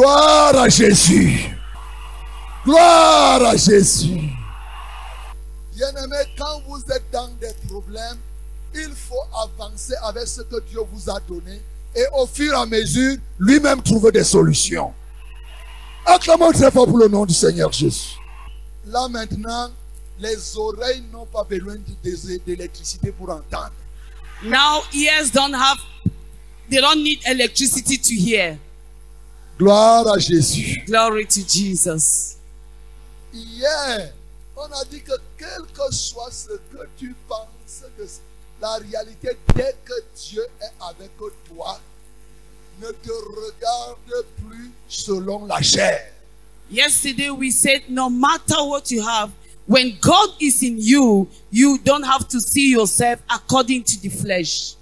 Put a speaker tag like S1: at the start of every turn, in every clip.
S1: Gloire à Jésus. Gloire à Jésus. Bien-aimé, quand vous êtes dans des problèmes, il faut avancer avec ce que Dieu vous a donné et au fur et à mesure, lui-même trouver des solutions. Acclamons très fort pour le nom du Seigneur Jésus. Là maintenant, les oreilles n'ont pas besoin de- de- d'électricité pour entendre.
S2: Now ears don't have, they don't need electricity to hear.
S1: Gloire à Jésus.
S2: Glory to Jesus.
S1: Hier, on a dit que quel que soit ce que tu penses, que c- la réalité, dès que Dieu est avec toi, ne te regarde plus selon la chair.
S2: Yesterday we said no matter what you have, when God is in you, you don't have to see yourself according to the flesh.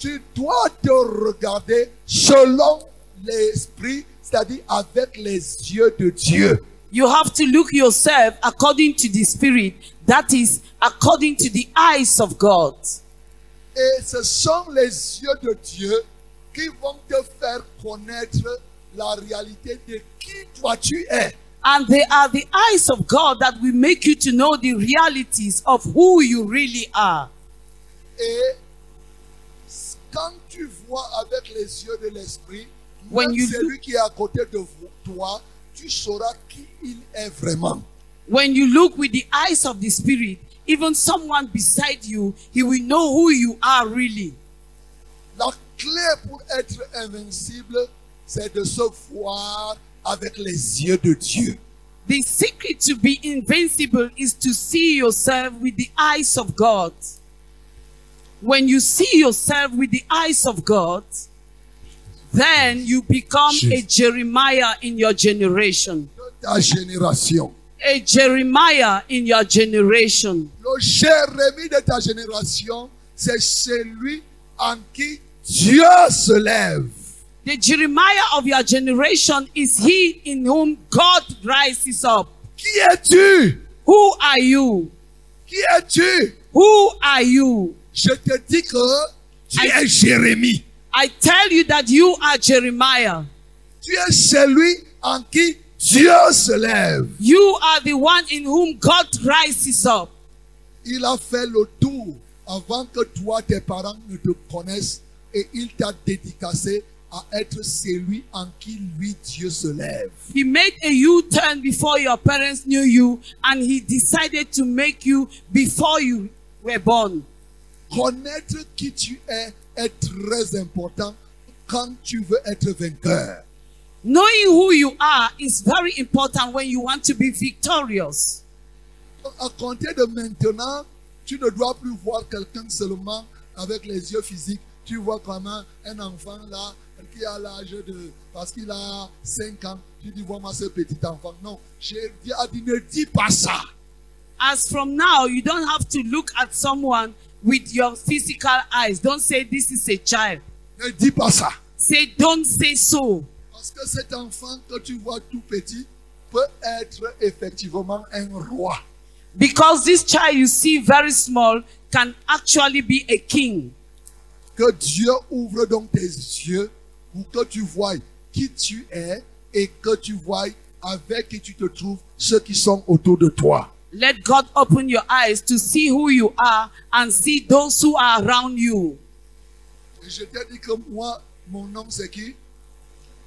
S1: Tu dois te regarder selon l'esprit, c'est-à-dire avec les yeux de Dieu.
S2: You have to look yourself according to the spirit, that is, according to the eyes of God.
S1: Et ce sont les yeux de Dieu qui vont te faire connaître la réalité de qui toi tu es.
S2: And they are the eyes of God that will make you to know the realities of who you really are.
S1: Et quand tu vois avec les yeux de l'esprit,
S2: When
S1: même
S2: you
S1: celui qui est à côté de vous- toi, tu sauras qui il est vraiment.
S2: When you look with the eyes of the spirit, even someone beside you, he will know who you are really.
S1: La clé pour être invincible, c'est de se voir avec les yeux de Dieu.
S2: The secret to be invincible is to see yourself with the eyes of God. When you see yourself with the eyes of God, then you become a
S1: Jesus.
S2: Jeremiah in your generation.
S1: de ta génération.
S2: A Jeremiah in your generation.
S1: Le Jérémie de ta génération, c'est celui en qui Dieu se lève.
S2: The Jeremiah of your generation is he in whom God rises up.
S1: Qui es-tu
S2: Who are you?
S1: Qui es-tu
S2: Who are you?
S1: Je te dis que tu
S2: I-
S1: es Jérémie.
S2: I tell you that you are Jeremiah.
S1: Tu es celui en qui Dieu se lève.
S2: You are the one in whom God rises up.
S1: Il a fait le tour avant que toi, tes parents ne te connaissent et il t'a dédicacé à être celui en qui lui Dieu se lève.
S2: He made a U turn before your parents knew you, and He decided to make you before you were born.
S1: Connaître qui tu es est très important quand tu veux être vainqueur.
S2: Knowing who you are is very important when you want to be victorious.
S1: À compter de maintenant, tu ne dois plus voir quelqu'un seulement avec les yeux physiques. Tu vois comment un enfant là, qui a l'âge de. parce qu'il a 5 ans, tu dis vois-moi ce petit enfant. Non, j'ai dit, a dit, ne dis pas ça.
S2: As from now, you don't have to look at someone with your physical eyes. Don't say, This is a child.
S1: Ne dis pas ça.
S2: Say, Don't say so.
S1: Parce que cet enfant que tu vois tout petit peut être effectivement un roi.
S2: Because this child you see very small can actually be a king.
S1: Que Dieu ouvre donc tes yeux pour que tu vois qui tu es et que tu vois avec qui tu te trouves ceux qui sont autour de toi.
S2: Let God open your eyes to see who you are and see those who are around you.
S1: Et je t'ai dit que moi, mon nom c'est qui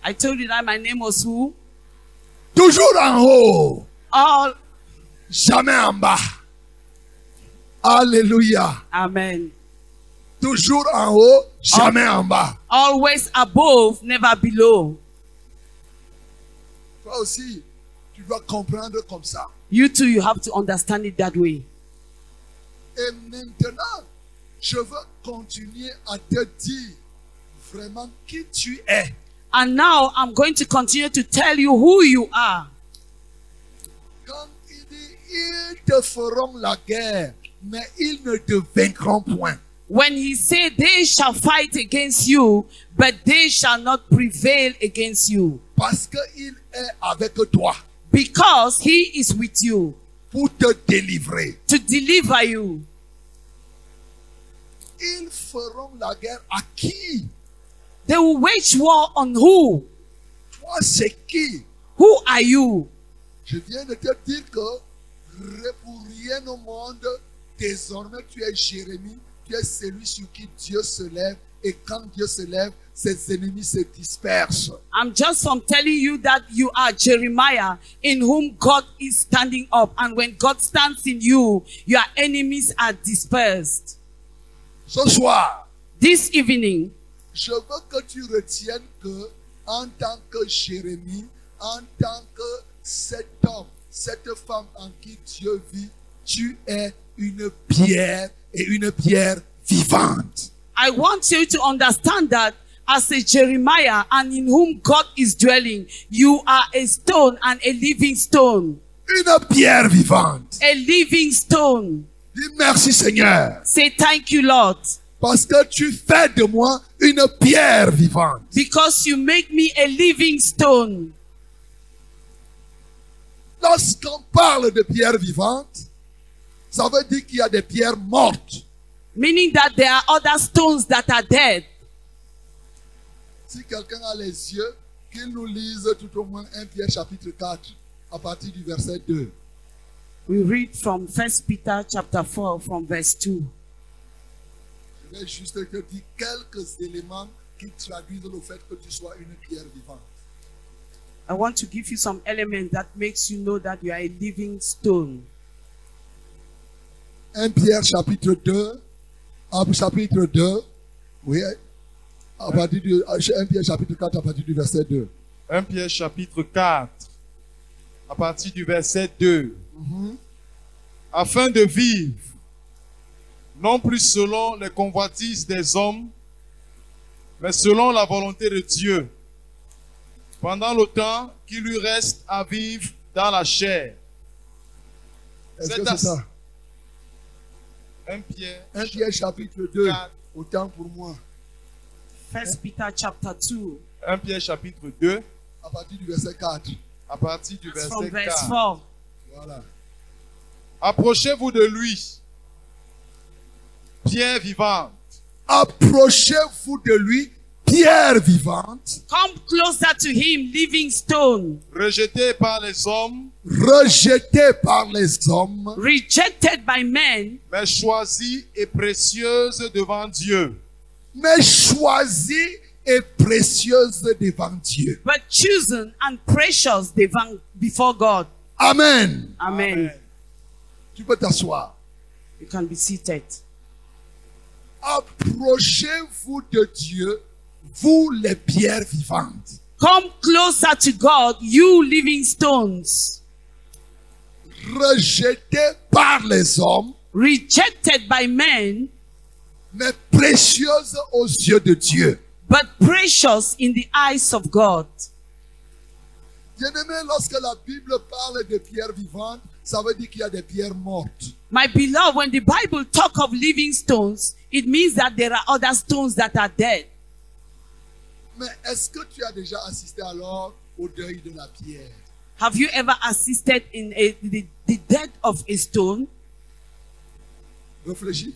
S2: I told you that my name was who?
S1: Toujours en haut,
S2: All.
S1: jamais en bas. Alléluia.
S2: Amen.
S1: Toujours en haut, jamais en bas.
S2: Always above, never below.
S1: Toi aussi, tu dois comprendre comme ça.
S2: You too, you have to understand it that way.
S1: Et maintenant, je veux continuer à te dire vraiment qui tu es.
S2: And now I'm going to continue to tell you who you are.
S1: Quand il dit, ils te feront la guerre, mais ils ne te vaincront point.
S2: When he said, They shall fight against you, but they shall not prevail against you,
S1: Parce qu'il est avec toi
S2: because he is with you
S1: pour te délivrer.
S2: to deliver you.
S1: Ils feront la guerre à qui
S2: They will wage war on who?
S1: Toi, Moi, c'est qui
S2: Who are you?
S1: Je viens de te dire que re- pour rien au monde, désormais tu es Jérémie, tu es celui sur qui Dieu se lève. Et quand Dieu se lève, ses ennemis se dispersent.
S2: I'm just from telling you that you are Jeremiah in whom God is standing up. And when God stands in you, your enemies are dispersed.
S1: Ce soir,
S2: This evening,
S1: je veux que tu retiennes que, en tant que Jérémie, en tant que cet homme, cette femme en qui Dieu vit, tu es une pierre et une pierre vivante.
S2: I want you to understand that as a Jeremiah and in whom God is dwelling, you are a stone and a living stone.
S1: Une pierre vivante.
S2: A living stone.
S1: Dis merci Seigneur,
S2: Say thank you, Lord,
S1: parce que tu fais de moi une pierre vivante.
S2: because you make me a living stone.
S1: Lorsqu'on parle de pierre vivante, ça veut dire qu'il y a des pierres mortes.
S2: Meaning that there are other stones that are dead.
S1: Si quelqu'un a les yeux, qu'il nous lise tout au moins 1 Pierre chapitre 4 à partir du verset 2.
S2: We read from First Peter chapter 4 from verse 2.
S1: Je vais juste te dire quelques éléments qui traduisent le fait que tu sois une pierre vivante.
S2: I want to give you some element that makes you know that you are a living stone.
S1: 1 Pierre chapitre 2, ah, chapitre 2, oui, à partir du, 1 Pierre chapitre 4 à partir du verset 2.
S3: 1 Pierre chapitre 4, à partir du verset 2. Afin de vivre, non plus selon les convoitises des hommes, mais selon la volonté de Dieu, pendant le temps qui lui reste à vivre dans la chair.
S1: Est-ce
S3: C'est
S1: que
S3: à-
S1: c'est ça?
S3: 1 Pierre
S1: 1 Pierre chapitre 2,
S3: Quatre.
S1: autant pour moi,
S2: First Peter chapter 2,
S3: 1 Pierre chapitre 2,
S1: à partir du verset 4.
S3: à partir du
S2: that's
S3: verset
S2: from verse
S3: 4.
S2: 4.
S1: Voilà.
S3: Approchez-vous de lui, pierre vivante,
S1: Approchez-vous de lui, pierre vivante,
S2: Come closer to him, living stone,
S3: rejetée par les hommes,
S1: rejetée par les hommes,
S2: rejected by men,
S3: mais choisie et précieuse devant Dieu.
S1: mais choisie et précieuse devant Dieu.
S2: but chosen and precious devant- before God.
S1: Amen.
S2: Amen.
S1: Tu peux t'asseoir.
S2: You can be seated.
S1: Approchez-vous de Dieu, vous les pierres vivantes.
S2: Come closer to God, you living stones,
S1: Rejetées par les hommes,
S2: rejected by men,
S1: mais précieuses aux yeux de Dieu.
S2: but precious in the eyes of God.
S1: Bien-aimé, lorsque la Bible parle de pierres vivantes, ça veut dire qu'il y a des pierres mortes.
S2: My beloved, when the Bible talk of living stones, it means that there are other stones that are dead.
S1: Mais est-ce que tu as déjà assisté alors au deuil de la pierre
S2: Have you ever assisted in a, the, the death of a stone?
S1: Réfléchis.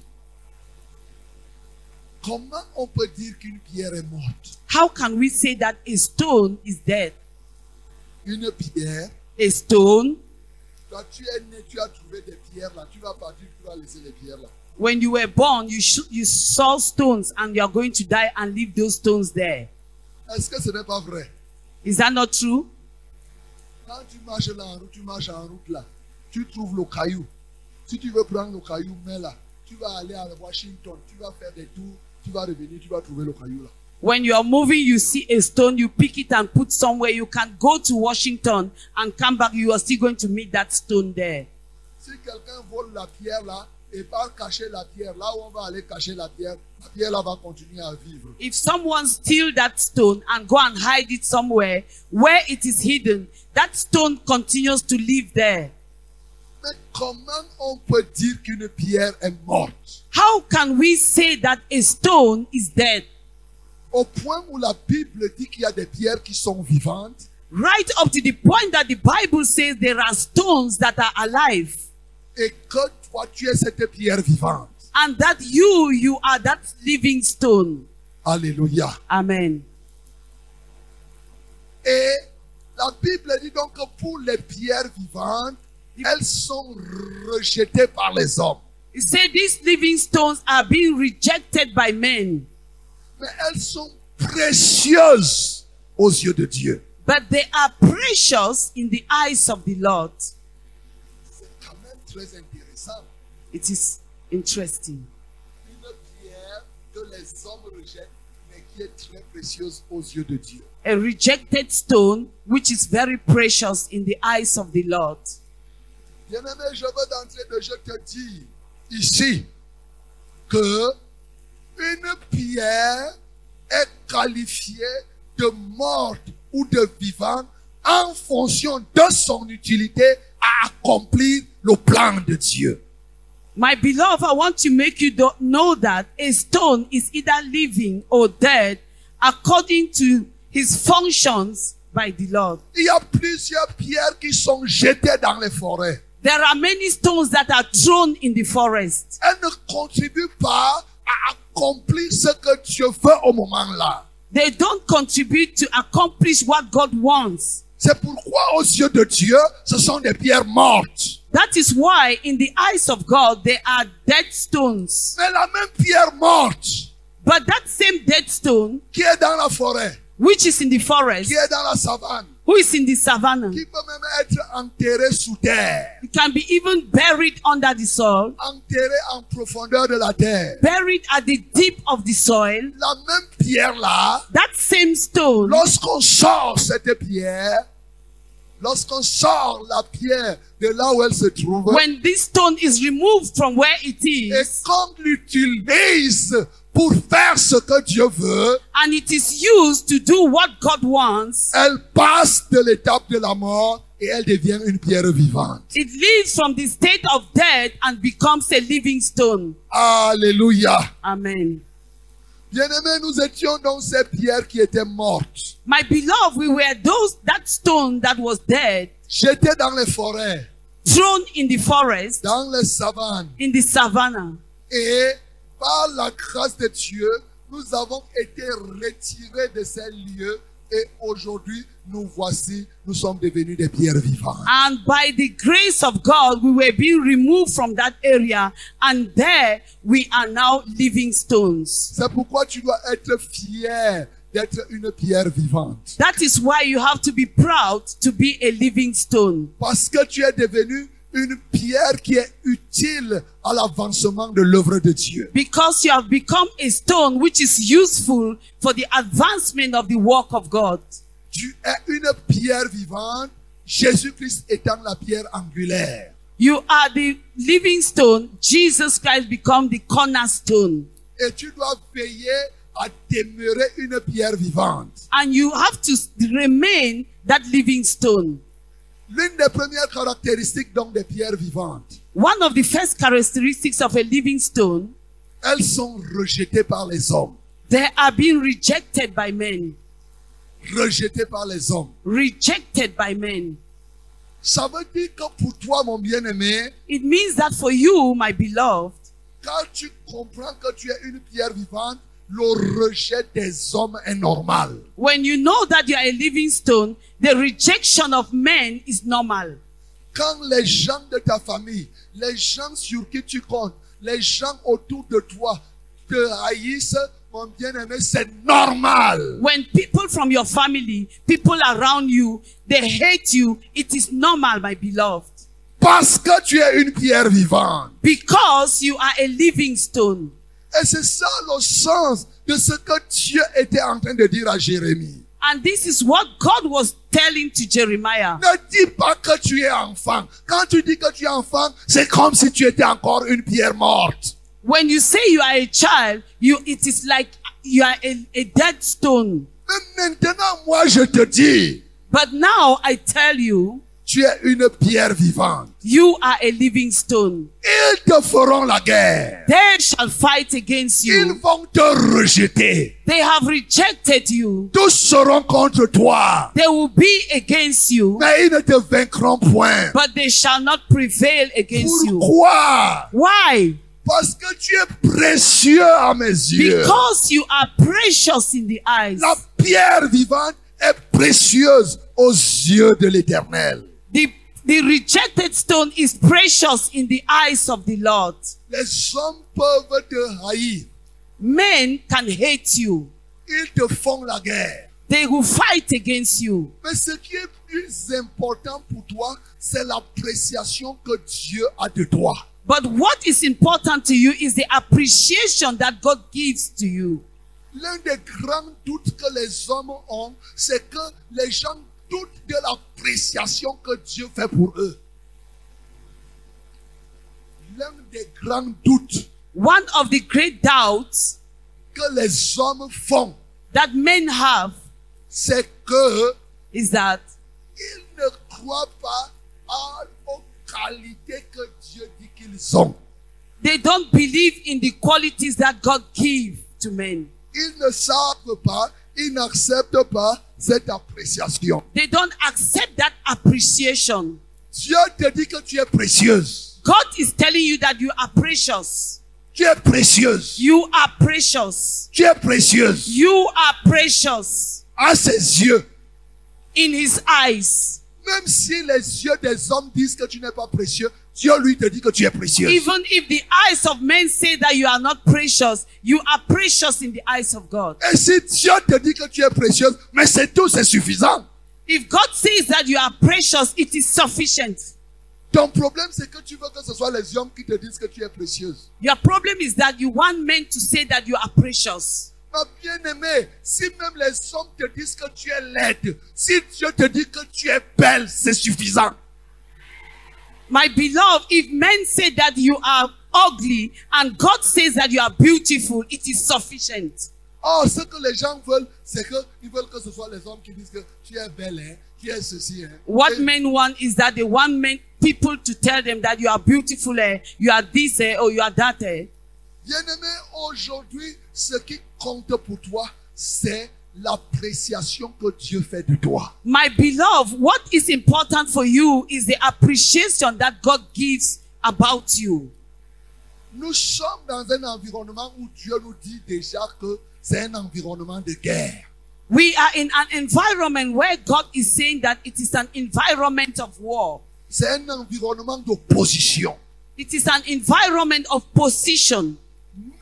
S1: Comment on peut dire qu'une pierre est morte
S2: How can we say that a stone is dead?
S1: Une pierre,
S2: A stone,
S1: toi tu es né, tu as trouvé des pierres là, tu vas partir, tu vas laisser les pierres là.
S2: when you were born, you, sh- you saw stones and you are going to die and leave those stones there.
S1: Est-ce que ce n'est pas vrai
S2: Is that not true?
S1: Quand tu marches là en route, tu marches en route là, tu trouves le caillou. Si tu veux prendre le caillou, mets là. Tu vas aller à Washington, tu vas faire des tours, tu vas revenir, tu vas trouver le caillou là.
S2: When you are moving, you see a stone, you pick it and put somewhere. You can go to Washington and come back. You are still going to meet that stone there.
S1: Si quelqu'un vole la pierre là et part cacher la pierre, là où on va aller cacher la pierre, la pierre là va continuer à vivre.
S2: If someone steal that stone and go and hide it somewhere where it is hidden, that stone continues to live there.
S1: Mais comment on peut dire qu'une pierre est morte
S2: How can we say that a stone is dead?
S1: Au point où la Bible dit qu'il y a des pierres qui sont vivantes,
S2: Right up to the point that the Bible says there are stones that are alive,
S1: et que toi tu es cette pierre vivante.
S2: and that you, you are that living stone.
S1: Alléluia.
S2: Amen.
S1: Et la Bible dit donc que pour les pierres vivantes, elles sont rejetées par les hommes.
S2: He said these living stones are being rejected by men,
S1: Mais elles sont précieuses aux yeux de Dieu.
S2: but they are precious in the eyes of the Lord.
S1: C'est quand même très intéressant.
S2: It is interesting.
S1: Une pierre que les hommes rejettent, mais qui est très précieuse aux yeux de Dieu.
S2: A rejected stone, which is very precious in the eyes of the Lord.
S1: Bien-aimé, je veux d'entrée de jeu te dire ici que une pierre est qualifiée de morte ou de vivante en fonction de son utilité à accomplir le plan de Dieu.
S2: My beloved, I want to make you do- know that a stone is either living or dead according to his functions by the Lord.
S1: Il y a plusieurs pierres qui sont jetées dans les forêts.
S2: There are many stones that are thrown in the forest.
S1: Elles ne contribuent pas à accomplir ce que Dieu veut au moment-là.
S2: They don't contribute to accomplish what God wants.
S1: C'est pourquoi aux yeux de Dieu, ce sont des pierres mortes.
S2: That is why, in the eyes of God, they are dead stones.
S1: Mais la même pierre morte
S2: But that same dead stone,
S1: qui est dans la forêt,
S2: which is in the forest,
S1: qui est dans la savane,
S2: who is in the savannah,
S1: qui peut même être enterré sous terre,
S2: it can be even buried under the soil,
S1: enterré en profondeur de la terre.
S2: buried at the deep of the soil.
S1: La même pierre là,
S2: That same stone,
S1: lorsqu'on sort cette pierre, lorsqu'on sort la pierre de là où elle se trouve,
S2: when this stone is removed from where it
S1: et
S2: is
S1: qu'on l'utilise pour faire ce que Dieu veut,
S2: and it is used to do what God wants,
S1: elle passe de l'étape de la mort et elle devient une pierre vivante.
S2: It leaves from the state of death and becomes a living stone.
S1: Alléluia.
S2: Amen.
S1: Bien-aimés, nous étions donc ces pierres qui étaient mortes,
S2: My beloved, we were those that stone that was dead,
S1: jetées dans les forêts,
S2: thrown in the forest,
S1: dans les savanes.
S2: in the savannah.
S1: Et par la grâce de Dieu, nous avons été retirés de ces lieux et aujourd'hui, nous voici, nous sommes devenus des pierres vivantes.
S2: And by the grace of God, we were being removed from that area, and there we are now living stones.
S1: C'est pourquoi tu dois être fier d'être une pierre vivante.
S2: That is why you have to be proud to be a living stone.
S1: Parce que tu es devenu une pierre qui est utile à l'avancement de l'œuvre de Dieu.
S2: Because you have become a stone which is useful for the advancement of the work of God.
S1: Tu es une pierre vivante, Jésus-Christ étant la pierre angulaire.
S2: You are the living stone. Jesus Christ become the cornerstone.
S1: Et tu dois veiller à demeurer une pierre vivante.
S2: And you have to s- remain that living stone.
S1: L'une des premières caractéristiques donc des pierres vivantes,
S2: One of the first characteristics of a living stone,
S1: elles sont rejetées par les hommes.
S2: they are being rejected by men.
S1: Rejetées par les hommes.
S2: Rejected by men.
S1: Ça veut dire que pour toi, mon bien-aimé,
S2: It means that for you, my beloved,
S1: quand tu comprends que tu es une pierre vivante, le rejet des hommes est normal.
S2: when you know that you are a living stone, the rejection of men is normal.
S1: Quand les gens de ta famille, les gens sur qui tu comptes, les gens autour de toi te haïssent, mon bien-aimé, c'est normal.
S2: When people from your family, people around you, they hate you, it is normal, my beloved.
S1: Parce que tu es une pierre vivante.
S2: Because you are a living stone.
S1: Et c'est ça le sens de ce que Dieu était en train de dire à Jérémie.
S2: And this is what God was telling to Jeremiah.
S1: Ne dis pas que tu es enfant. Quand tu dis que tu es enfant, c'est comme si tu étais encore une pierre morte.
S2: When you say you are a child, you it is like you are a, a dead stone.
S1: Mais maintenant, moi, je te dis,
S2: But now I tell you,
S1: tu es une pierre vivante.
S2: you are a living stone.
S1: Ils te feront la guerre.
S2: They shall fight against
S1: Ils
S2: you.
S1: vont te rejeter.
S2: They have rejected you.
S1: Tous seront contre toi.
S2: They will be against you,
S1: Mais ils ne te vaincront point.
S2: but they shall not prevail against you.
S1: Pourquoi?
S2: Why?
S1: Parce que tu es précieux à mes yeux.
S2: Because you are precious in the eyes.
S1: La pierre vivante est précieuse aux yeux de l'Éternel.
S2: The, the rejected stone is precious in the eyes of the Lord.
S1: Les hommes peuvent te haïr.
S2: Men can hate you,
S1: Ils te font la guerre.
S2: they will fight against you.
S1: Mais ce qui est plus important pour toi, c'est l'appréciation que Dieu a de toi.
S2: But what is important to you is the appreciation that God gives to you.
S1: L'un des grands doutes que les hommes ont, c'est que les gens doutent de l'appréciation que Dieu fait pour eux. L'un des grands doutes
S2: One of the great doubts
S1: que les hommes font,
S2: that men have
S1: c'est que
S2: is that
S1: ils ne croient pas à- aux qualités que Dieu dit qu'ils ont.
S2: they don't believe in the qualities that God gives to men.
S1: Ils ne savent pas, ils n'acceptent pas cette appréciation.
S2: They don't accept that appreciation.
S1: Dieu te dit que tu es précieuse.
S2: God is telling you that you are precious.
S1: Tu es précieuse.
S2: You are precious.
S1: Tu es précieuse.
S2: You are precious
S1: À ses yeux.
S2: in his eyes.
S1: Même si les yeux des hommes disent que tu n'es pas précieux, Dieu lui te dit que tu es précieuse.
S2: Even if the eyes of men say that you are not precious, you are precious in the eyes of God.
S1: Et si Dieu te dit que tu es précieuse, mais c'est tout, c'est suffisant.
S2: If God says that you are precious, it is sufficient.
S1: Ton problème, c'est que tu veux que ce soit les hommes qui te disent que tu es précieuse.
S2: Your problem is that you want men to say that you are precious.
S1: Ma bien-aimée, si même les hommes te disent que tu es laide, si Dieu te dit que tu es belle, c'est suffisant.
S2: My beloved, if men say that you are ugly and God says that you are beautiful, it is sufficient.
S1: Or, ce que les gens veulent, c'est que ils veulent que ce soit les hommes qui disent que tu es belle, hein, tu es ceci. Hein.
S2: What
S1: Et-
S2: men want is that they want men people to tell them that you are beautiful, eh, you are this, eh, or you are that. Eh.
S1: Bien-aimé, aujourd'hui, ce qui compte pour toi, c'est l'appréciation que Dieu fait de toi.
S2: My beloved, what is important for you is the appreciation that God gives about you.
S1: Nous sommes dans un environnement où Dieu nous dit déjà que c'est un environnement de guerre.
S2: We are in an environment where God is saying that it is an environment of war.
S1: C'est un environnement d'opposition.
S2: It is an environment of position.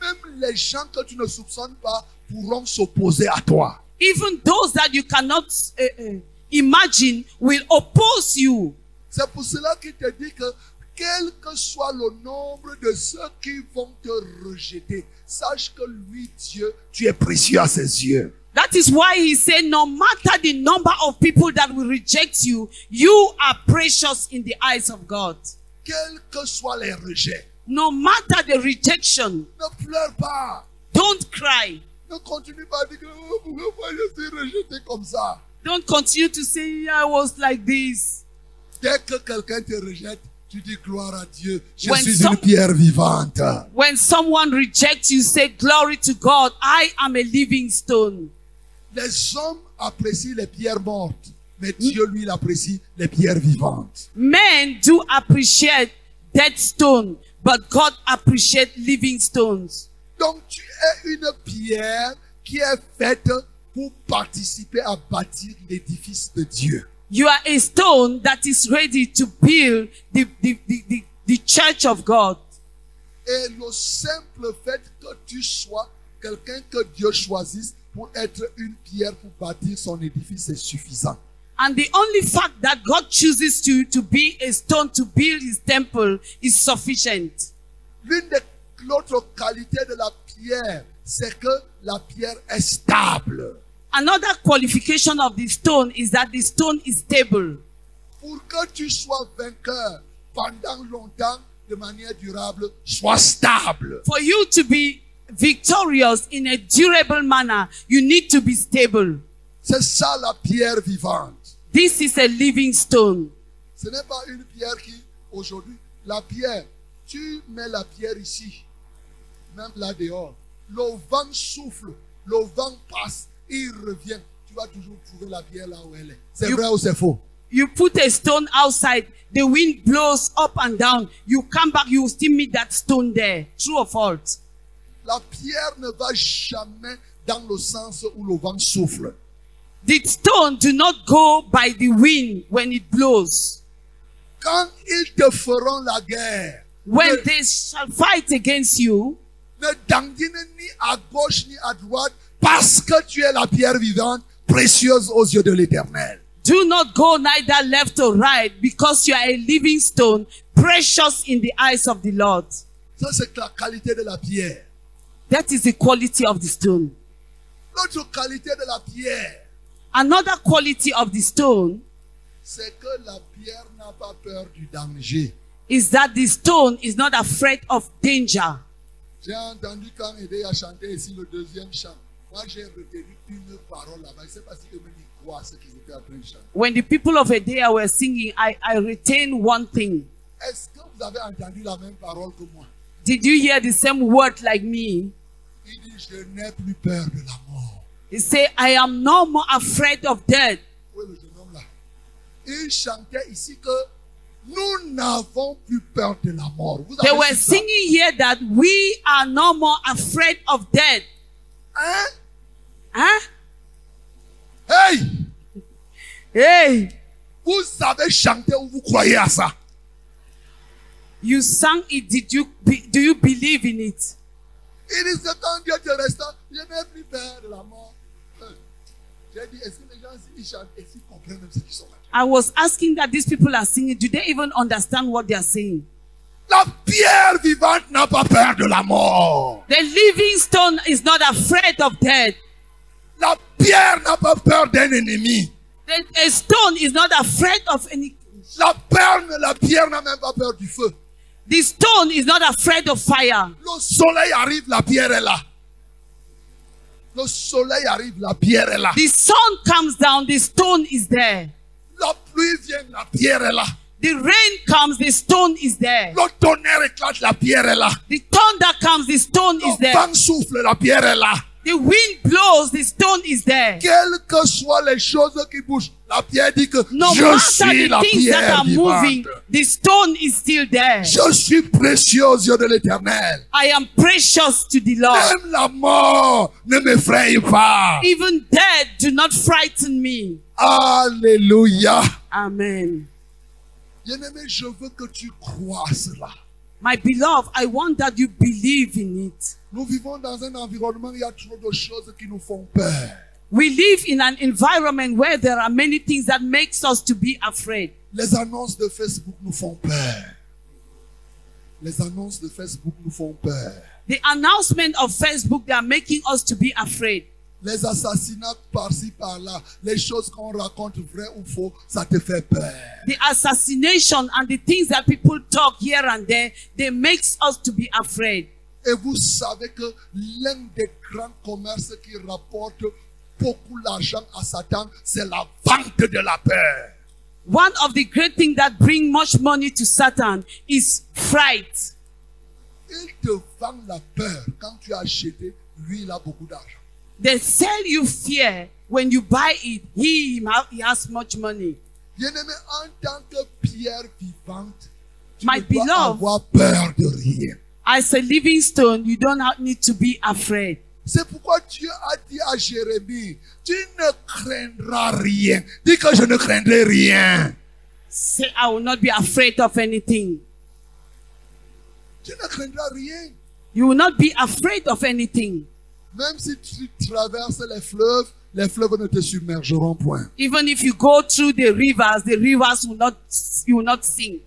S1: Même les gens que tu ne soupçonnes pas pourront s'opposer à toi.
S2: Even those that you cannot eh, eh, imagine will oppose you.
S1: C'est pour cela qu'il te dit que quel que soit le nombre de ceux qui vont te rejeter, sache que lui, Dieu, tu es précieux à ses yeux.
S2: That is why he said, no matter the number of people that will reject you, you are precious in the eyes of God.
S1: Quels que soient les rejets,
S2: No matter the rejection,
S1: ne pleure pas.
S2: don't cry.
S1: Ne continue pas à dire que oh, pourquoi moi je suis rejeté comme ça.
S2: Don't continue to say, I was like this.
S1: Dès que quelqu'un te rejette, tu dis gloire à Dieu. Je
S2: When
S1: suis
S2: some-
S1: une pierre vivante.
S2: When someone rejects you, say, Glory to God, I am a living stone.
S1: Les hommes apprécient les pierres mortes, mais Dieu, lui, il apprécie les pierres vivantes.
S2: Men do appreciate dead stone, but God appreciates living stones.
S1: Donc tu es une pierre qui est faite pour participer à bâtir l'édifice de Dieu.
S2: You are a stone that is ready to build the, the, the, the, the church of God.
S1: Et le simple fait que tu sois quelqu'un que Dieu choisisse pour être une pierre pour bâtir son édifice est suffisant.
S2: And the only fact that God chooses to, to be a stone to build his temple is sufficient.
S1: L'une des l'autre qualité de la pierre, c'est que la pierre est stable.
S2: Another qualification of the stone is that the stone is stable.
S1: Pour que tu sois vainqueur pendant longtemps de manière durable, sois stable.
S2: For you to be victorious in a durable manner, you need to be stable.
S1: C'est ça la pierre vivante.
S2: This is a living stone.
S1: Ce n'est pas une pierre qui, aujourd'hui, la pierre, tu mets la pierre ici, même là dehors. Le vent souffle, le vent passe, il revient. Tu vas toujours trouver la pierre là où elle est. C'est
S2: You-
S1: vrai ou c'est faux?
S2: You put a stone outside, the wind blows up and down. You come back, you will still meet that stone there. True or false?
S1: La pierre ne va jamais dans le sens où le vent souffle.
S2: The stone do not go by the wind when it blows.
S1: Quand ils te feront la guerre,
S2: When they shall fight against you,
S1: ne dandine ni à gauche ni à droite, parce que tu es la pierre vivante, précieuse aux yeux de l'Éternel.
S2: do not go neither left or right, because you are a living stone, precious in the eyes of the Lord.
S1: Ça, c'est la qualité de la pierre.
S2: That is the quality of the stone.
S1: L'autre qualité de la pierre,
S2: Another quality of the stone
S1: c'est que la pierre n'a pas peur du danger.
S2: is that the stone is not afraid of danger.
S1: J'ai entendu quand Edé a chanté ici le deuxième chant. Moi, j'ai retenu une parole là-bas. Je ne sais pas si eux-mêmes y croient ce qu'ils étaient en train de chanter.
S2: When the people of Edea were singing, I, I retain one thing.
S1: Est-ce que vous avez entendu la même parole que moi
S2: Did you hear the same word like me?
S1: Il dit, je n'ai plus peur de la mort.
S2: He say, I am no more afraid of death.
S1: Où est le jeune homme là Il chantait ici que nous n'avons plus peur de la mort. Vous
S2: They
S1: avez
S2: were
S1: su ça?
S2: singing here that we are no more afraid of death.
S1: Hein
S2: Huh?
S1: Hey
S2: Hey,
S1: Vous savez chanter ou vous croyez à ça
S2: you sang it. Did you be, do you believe in it?
S1: Il dit, c'est quand Dieu te restaure, je n'ai plus peur de la mort. Hein. J'ai dit, est-ce que les gens ici ils chantent et s'ils comprennent même ce qu'ils sont là
S2: I was asking that these people are singing. Do they even understand what they are saying?
S1: La pierre vivante n'a pas peur de la mort.
S2: The living stone is not afraid of death.
S1: La pierre n'a pas peur d'un ennemi.
S2: The, a stone is not afraid of any.
S1: La perle, la pierre n'a même pas peur du feu.
S2: The stone is not afraid of fire.
S1: Le soleil arrive, la pierre est là. Le soleil arrive, la pierre est là.
S2: The sun comes down. The stone is there.
S1: La pluie vient, la pierre est là.
S2: The rain comes. The stone is there.
S1: Le tonnerre éclate, la pierre est là.
S2: The thunder comes. The stone is
S1: Le
S2: there.
S1: vent souffle, la pierre est là.
S2: The wind blows. The stone is there.
S1: Quelles que soient les choses qui bougent, la pierre dit que
S2: No
S1: je suis
S2: matter
S1: la
S2: the things that
S1: pierre
S2: are moving,
S1: vivante.
S2: the stone is still there.
S1: Je suis précieux aux yeux de l'éternel.
S2: I am precious to the Lord.
S1: Même la mort ne m'effraie pas.
S2: Even death do not frighten me.
S1: Alléluia.
S2: Amen.
S1: Bien-aimé, je veux que tu crois à cela.
S2: My beloved, I want that you believe in it.
S1: Nous vivons dans un environnement où il y a trop de choses qui nous font peur.
S2: We live in an environment where there are many things that makes us to be afraid.
S1: Les annonces de Facebook nous font peur. Les annonces de Facebook nous font peur.
S2: The announcement of Facebook they are making us to be afraid.
S1: Les assassinats par-ci par-là, les choses qu'on raconte vraies ou faux, ça te fait peur.
S2: The assassination and the things that people talk here and there, they makes us to be afraid.
S1: Et vous savez que l'un des grands commerces qui rapporte beaucoup d'argent à Satan, c'est la vente de la peur.
S2: One of the great things that bring much money to Satan is fright.
S1: Il te vend la peur quand tu as acheté. Lui, il a beaucoup d'argent.
S2: They sell you fear when you buy it. He, he has much money.
S1: Bien-aimé, en tant que pierre vivante, tu ne
S2: My
S1: dois
S2: beloved.
S1: avoir peur de rien.
S2: As a living stone, you don't have- need to be afraid.
S1: C'est pourquoi Dieu a dit à Jérémie, tu ne craindras rien. Dis que je ne craindrai rien.
S2: Say, I will not be afraid of anything.
S1: Tu ne craindras rien.
S2: You will not be afraid of anything.
S1: Même si tu traverses les fleuves, les fleuves ne te submergeront point.
S2: Even if you go through the rivers, the rivers will not, you will not sink.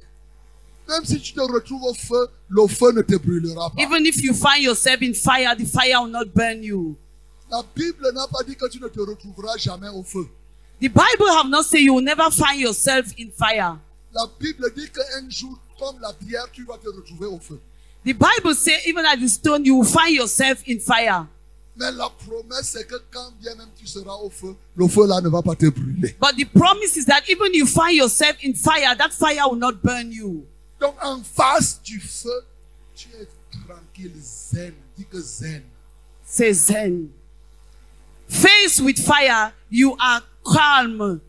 S1: Même si tu te retrouves au feu, le feu ne te brûlera pas.
S2: Even if you find yourself in fire, the fire will not burn you.
S1: La Bible n'a pas dit que tu ne te retrouveras jamais au feu.
S2: The Bible have not said you will never find yourself in fire.
S1: La Bible dit qu'un jour, comme la pierre, tu vas te retrouver au feu.
S2: The Bible says even at the stone, you will find yourself in fire.
S1: Mais la promesse, c'est que quand bien même tu seras au feu, le feu là ne va pas te brûler.
S2: But the promise is that even you find yourself in fire, that fire will not burn you.
S1: Donc en face du feu, tu es tranquille, zen. Dis que zen.
S2: Says Zen. Faced with fire, you are calm.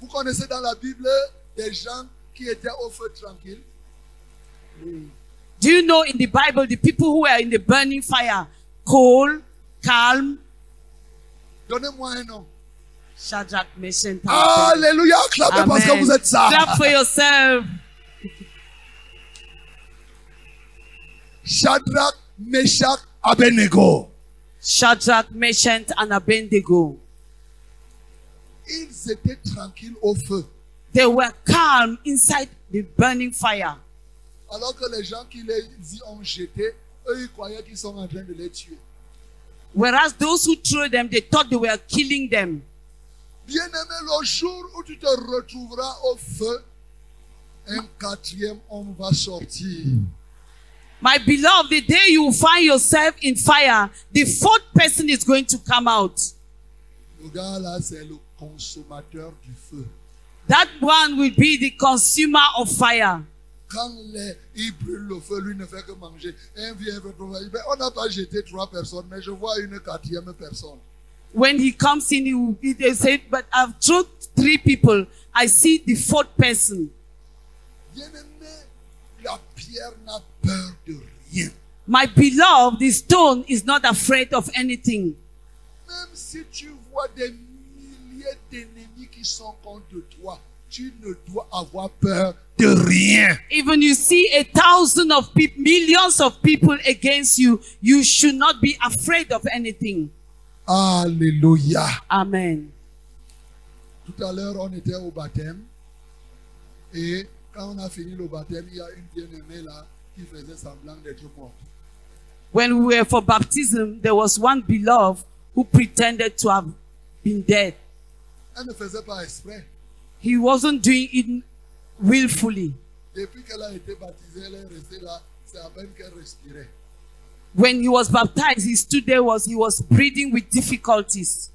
S1: Vous connaissez dans la Bible des gens qui étaient au feu tranquille.
S2: Do you know in the Bible the people who were in the burning fire, cold, calm?
S1: Donnez-moi un nom.
S2: Shadrach, Meshach, and Abednego.
S1: Alléluia. Clapez parce que vous êtes ça.
S2: Clap for yourself.
S1: Shadrach, Meshach, Abednego.
S2: Shadrach, Meshach, and Abednego.
S1: Ils étaient tranquilles au feu.
S2: They were calm inside the burning fire.
S1: Alors que les gens qui les y ont jetés, eux, ils croyaient qu'ils sont en train de les tuer.
S2: Whereas those who threw them, they thought they were killing them.
S1: Bien-aimé, le jour où tu te retrouveras au feu, un quatrième homme va sortir.
S2: My beloved, the day you find yourself in fire, the fourth person is going to come out.
S1: Le gars là, c'est le consommateur du feu.
S2: That one will be the consumer of fire.
S1: Quand les, il brûle le feu, lui ne fait que manger. Un vient vers toi, il dit, Ben, on n'a pas jeté trois personnes, mais je vois une quatrième personne.
S2: When he comes in, he will be, they say, But I've thrown three people. I see the fourth person.
S1: Bien-aimé, la pierre n'a peur de rien.
S2: My beloved, the stone is not afraid of anything.
S1: Même si tu vois des milliers d'ennemis qui sont contre toi, tu ne dois avoir peur de rien.
S2: Even you see a thousand of people, millions of people against you, you should not be afraid of anything.
S1: Alléluia.
S2: Amen.
S1: Tout à l'heure, on était au baptême. Et quand on a fini le baptême, il y a une bien-aimée là qui faisait semblant d'être morte.
S2: When we were for baptism, there was one beloved who pretended to have been dead.
S1: Elle ne faisait pas exprès.
S2: He wasn't doing it willfully.
S1: Depuis qu'elle a été baptisée, elle est restée là. C'est à peine qu'elle respirait.
S2: When he was baptized, he stood there was he was breathing with difficulties.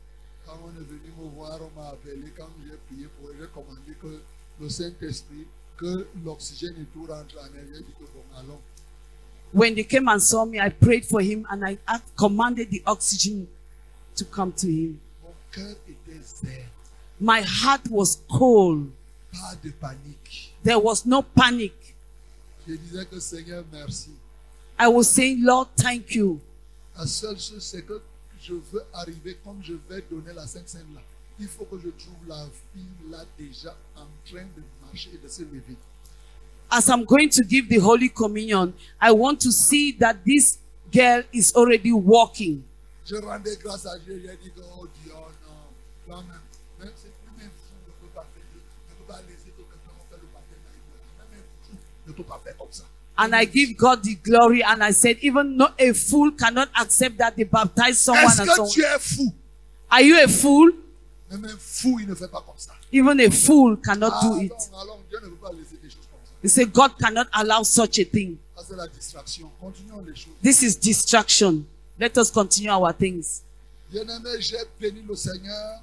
S1: Quand on est venu me voir, on m'a appelé. Quand j'ai prié pour elle, j'ai commandé que le Saint-Esprit, que l'oxygène et tout rentre en elle. J'ai dit que bon, allons.
S2: When they came and saw me, I prayed for him and I asked- commanded the oxygen to come to him.
S1: Mon cœur était zen.
S2: My heart was cold.
S1: Pas de panique.
S2: There was no panic.
S1: Je disais que Seigneur, merci.
S2: I was saying, Lord, thank you.
S1: La seule chose, c'est que je veux arriver comme je vais donner la Sainte Seine là. Il faut que je trouve la fille là déjà en train de marcher et de se lever.
S2: As I'm going to give the Holy Communion, I want to see that this girl is already walking.
S1: Je rendais grâce à Dieu, j'ai dit que, oh Dieu, oh non, toi-même, même si même fou ne peut pas faire, ne peut pas laisser que quelqu'un fasse le baptême avec toi. Même un fou ne peut pas faire comme ça.
S2: And I give God the glory. And I said, even no, a fool cannot accept that they baptize someone
S1: Est-ce
S2: and
S1: que tu
S2: someone.
S1: es fou?
S2: Are you a fool?
S1: Même un fou, il ne fait pas comme ça.
S2: Even a fool cannot
S1: Ah,
S2: do it.
S1: non, alors Dieu ne peut pas laisser des choses comme ça.
S2: He said, God cannot allow such a thing.
S1: Ça, c'est la distraction. Continuons les choses.
S2: This is distraction. Let us continue our things.
S1: Bien-aimé, j'ai béni le Seigneur.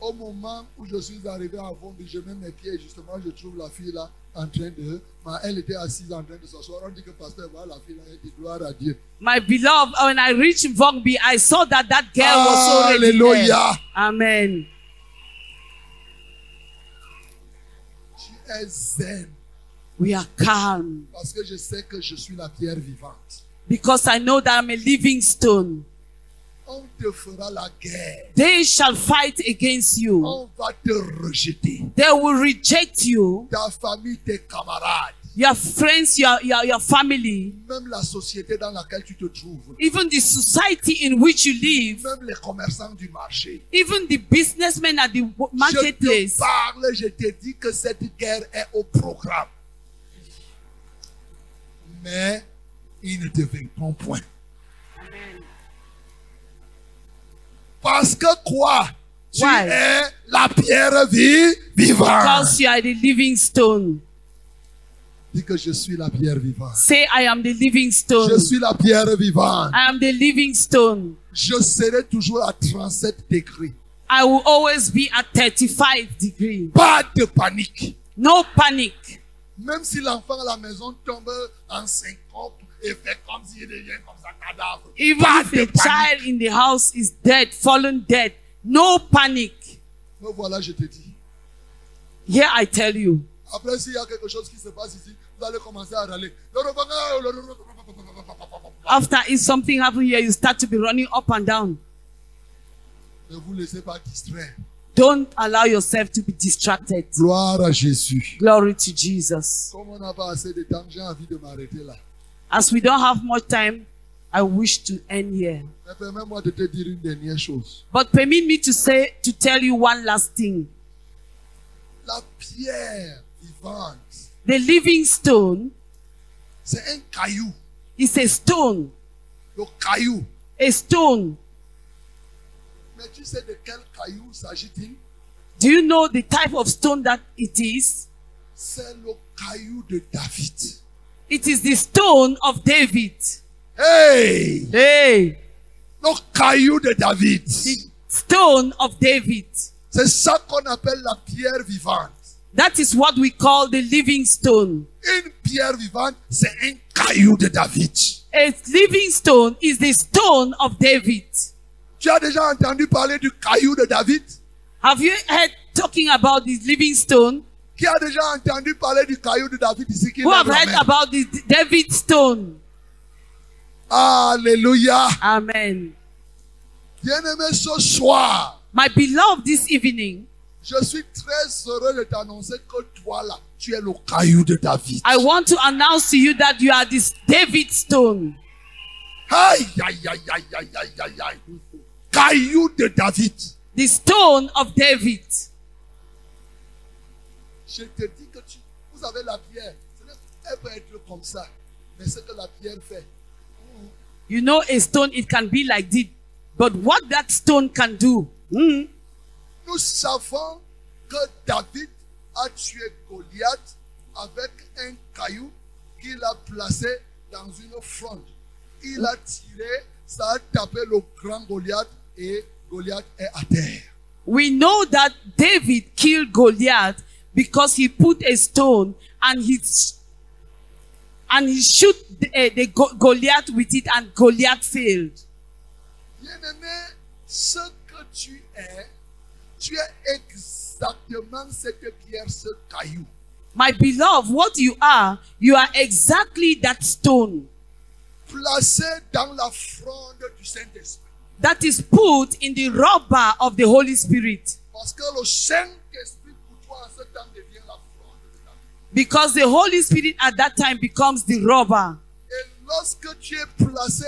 S1: Au moment où je suis arrivé à Vombi, je mets mes pieds et justement je trouve la fille là en train de. mais Elle était assise en train de s'asseoir. On dit que pasteur, voilà la fille là, elle dit gloire à Dieu.
S2: My beloved, uh, when I reached Vongbi, I saw that that girl was already there.
S1: Ah, Alléluia.
S2: Amen.
S1: Tu es zen
S2: We are calm
S1: parce que je sais que je suis la pierre vivante.
S2: because I know that I'm a living stone.
S1: On te fera la guerre.
S2: They shall fight against you.
S1: On va te rejeter.
S2: They will reject you.
S1: Ta famille, tes camarades,
S2: Your friends, your, your, your family,
S1: même la société dans laquelle tu te trouves,
S2: even the society in which you live,
S1: même les commerçants du marché.
S2: even the businessmen at the w-
S1: Je te
S2: marketplace.
S1: parle, je te dis que cette guerre est au programme. Mais ils ne te vaincront point. Parce que quoi Tu
S2: Why?
S1: es la pierre vie, vivante.
S2: Because you are the living stone.
S1: Dis que je suis la pierre vivante.
S2: Say, I am the living stone.
S1: Je suis la pierre vivante.
S2: I am the living stone.
S1: Je serai toujours à 37 degrés.
S2: I will always be at 35 degree.
S1: Pas de panique.
S2: No panic.
S1: Même si l'enfant à la maison tombe en syncope et fait comme s'il devient comme ça cadavre.
S2: Even
S1: Pas
S2: if
S1: de
S2: the
S1: panique.
S2: child in the house is dead, fallen dead, no panic.
S1: Me voilà, je te dis.
S2: Here I tell you.
S1: Après, s'il y a quelque chose qui se passe ici, vous allez commencer à râler.
S2: After if something happens here, you start to be running up and down.
S1: Ne vous laissez pas distraire.
S2: Don't allow yourself to be distracted.
S1: Gloire à Jésus.
S2: Glory to Jesus.
S1: Comme on n'a pas assez de temps, j'ai envie de m'arrêter là.
S2: As we don't have much time, I wish to end here.
S1: Mais permets-moi de te dire une dernière chose.
S2: But permit me to say to tell you one last thing.
S1: La pierre vivante,
S2: The living stone
S1: c'est un caillou.
S2: is a stone,
S1: Le caillou.
S2: a stone.
S1: Mais tu sais de quel caillou s'agit-il
S2: Do you know the type of stone that it is?
S1: C'est le caillou de David.
S2: It is the stone of David.
S1: Hey!
S2: Hey,
S1: Le caillou de David.
S2: the stone of David.
S1: C'est ça qu'on appelle la pierre vivante.
S2: That is what we call the living stone.
S1: Une pierre vivante, c'est un caillou de David.
S2: A living stone is the stone of David.
S1: Tu as déjà entendu parler du caillou de David
S2: Have you heard talking about this living stone?
S1: Qui a déjà entendu parler du caillou de David ici qui
S2: Who
S1: lève
S2: have
S1: la
S2: heard
S1: main?
S2: about this David stone?
S1: Alléluia.
S2: Amen.
S1: Bien-aimé, ce soir,
S2: My beloved, this evening,
S1: je suis très heureux de t'annoncer que toi là, tu es le caillou de David.
S2: I want to announce to you that you are this David stone.
S1: Aïe, aïe, aïe, aïe, aïe, aïe, aïe, aïe. Caillou de David.
S2: The stone of David.
S1: Je te dis que tu, vous avez la pierre. Ce n'est- Elle peut être comme ça. Mais ce que la pierre fait,
S2: You know, a stone, it can be like this. But what that stone can do, hmm,
S1: nous savons que David a tué Goliath avec un caillou qu'il a placé dans une fronde. Il a tiré, ça a tapé le grand Goliath et Goliath est à terre.
S2: we know that David killed Goliath because he put a stone and he sh- and he shoot the, eh, the Go- Goliath with it, and Goliath failed.
S1: Bien-aimé, ce que tu es, tu es exactement cette pierre, ce caillou.
S2: My beloved, what you are, you are exactly that stone
S1: placé dans la fronde du Saint-Esprit.
S2: that is put in the rubber of the Holy Spirit.
S1: Parce que le Saint-Esprit pour toi en ce temps devient la fronde de ta vie.
S2: Because the Holy Spirit at that time becomes the rubber.
S1: Et lorsque tu es placé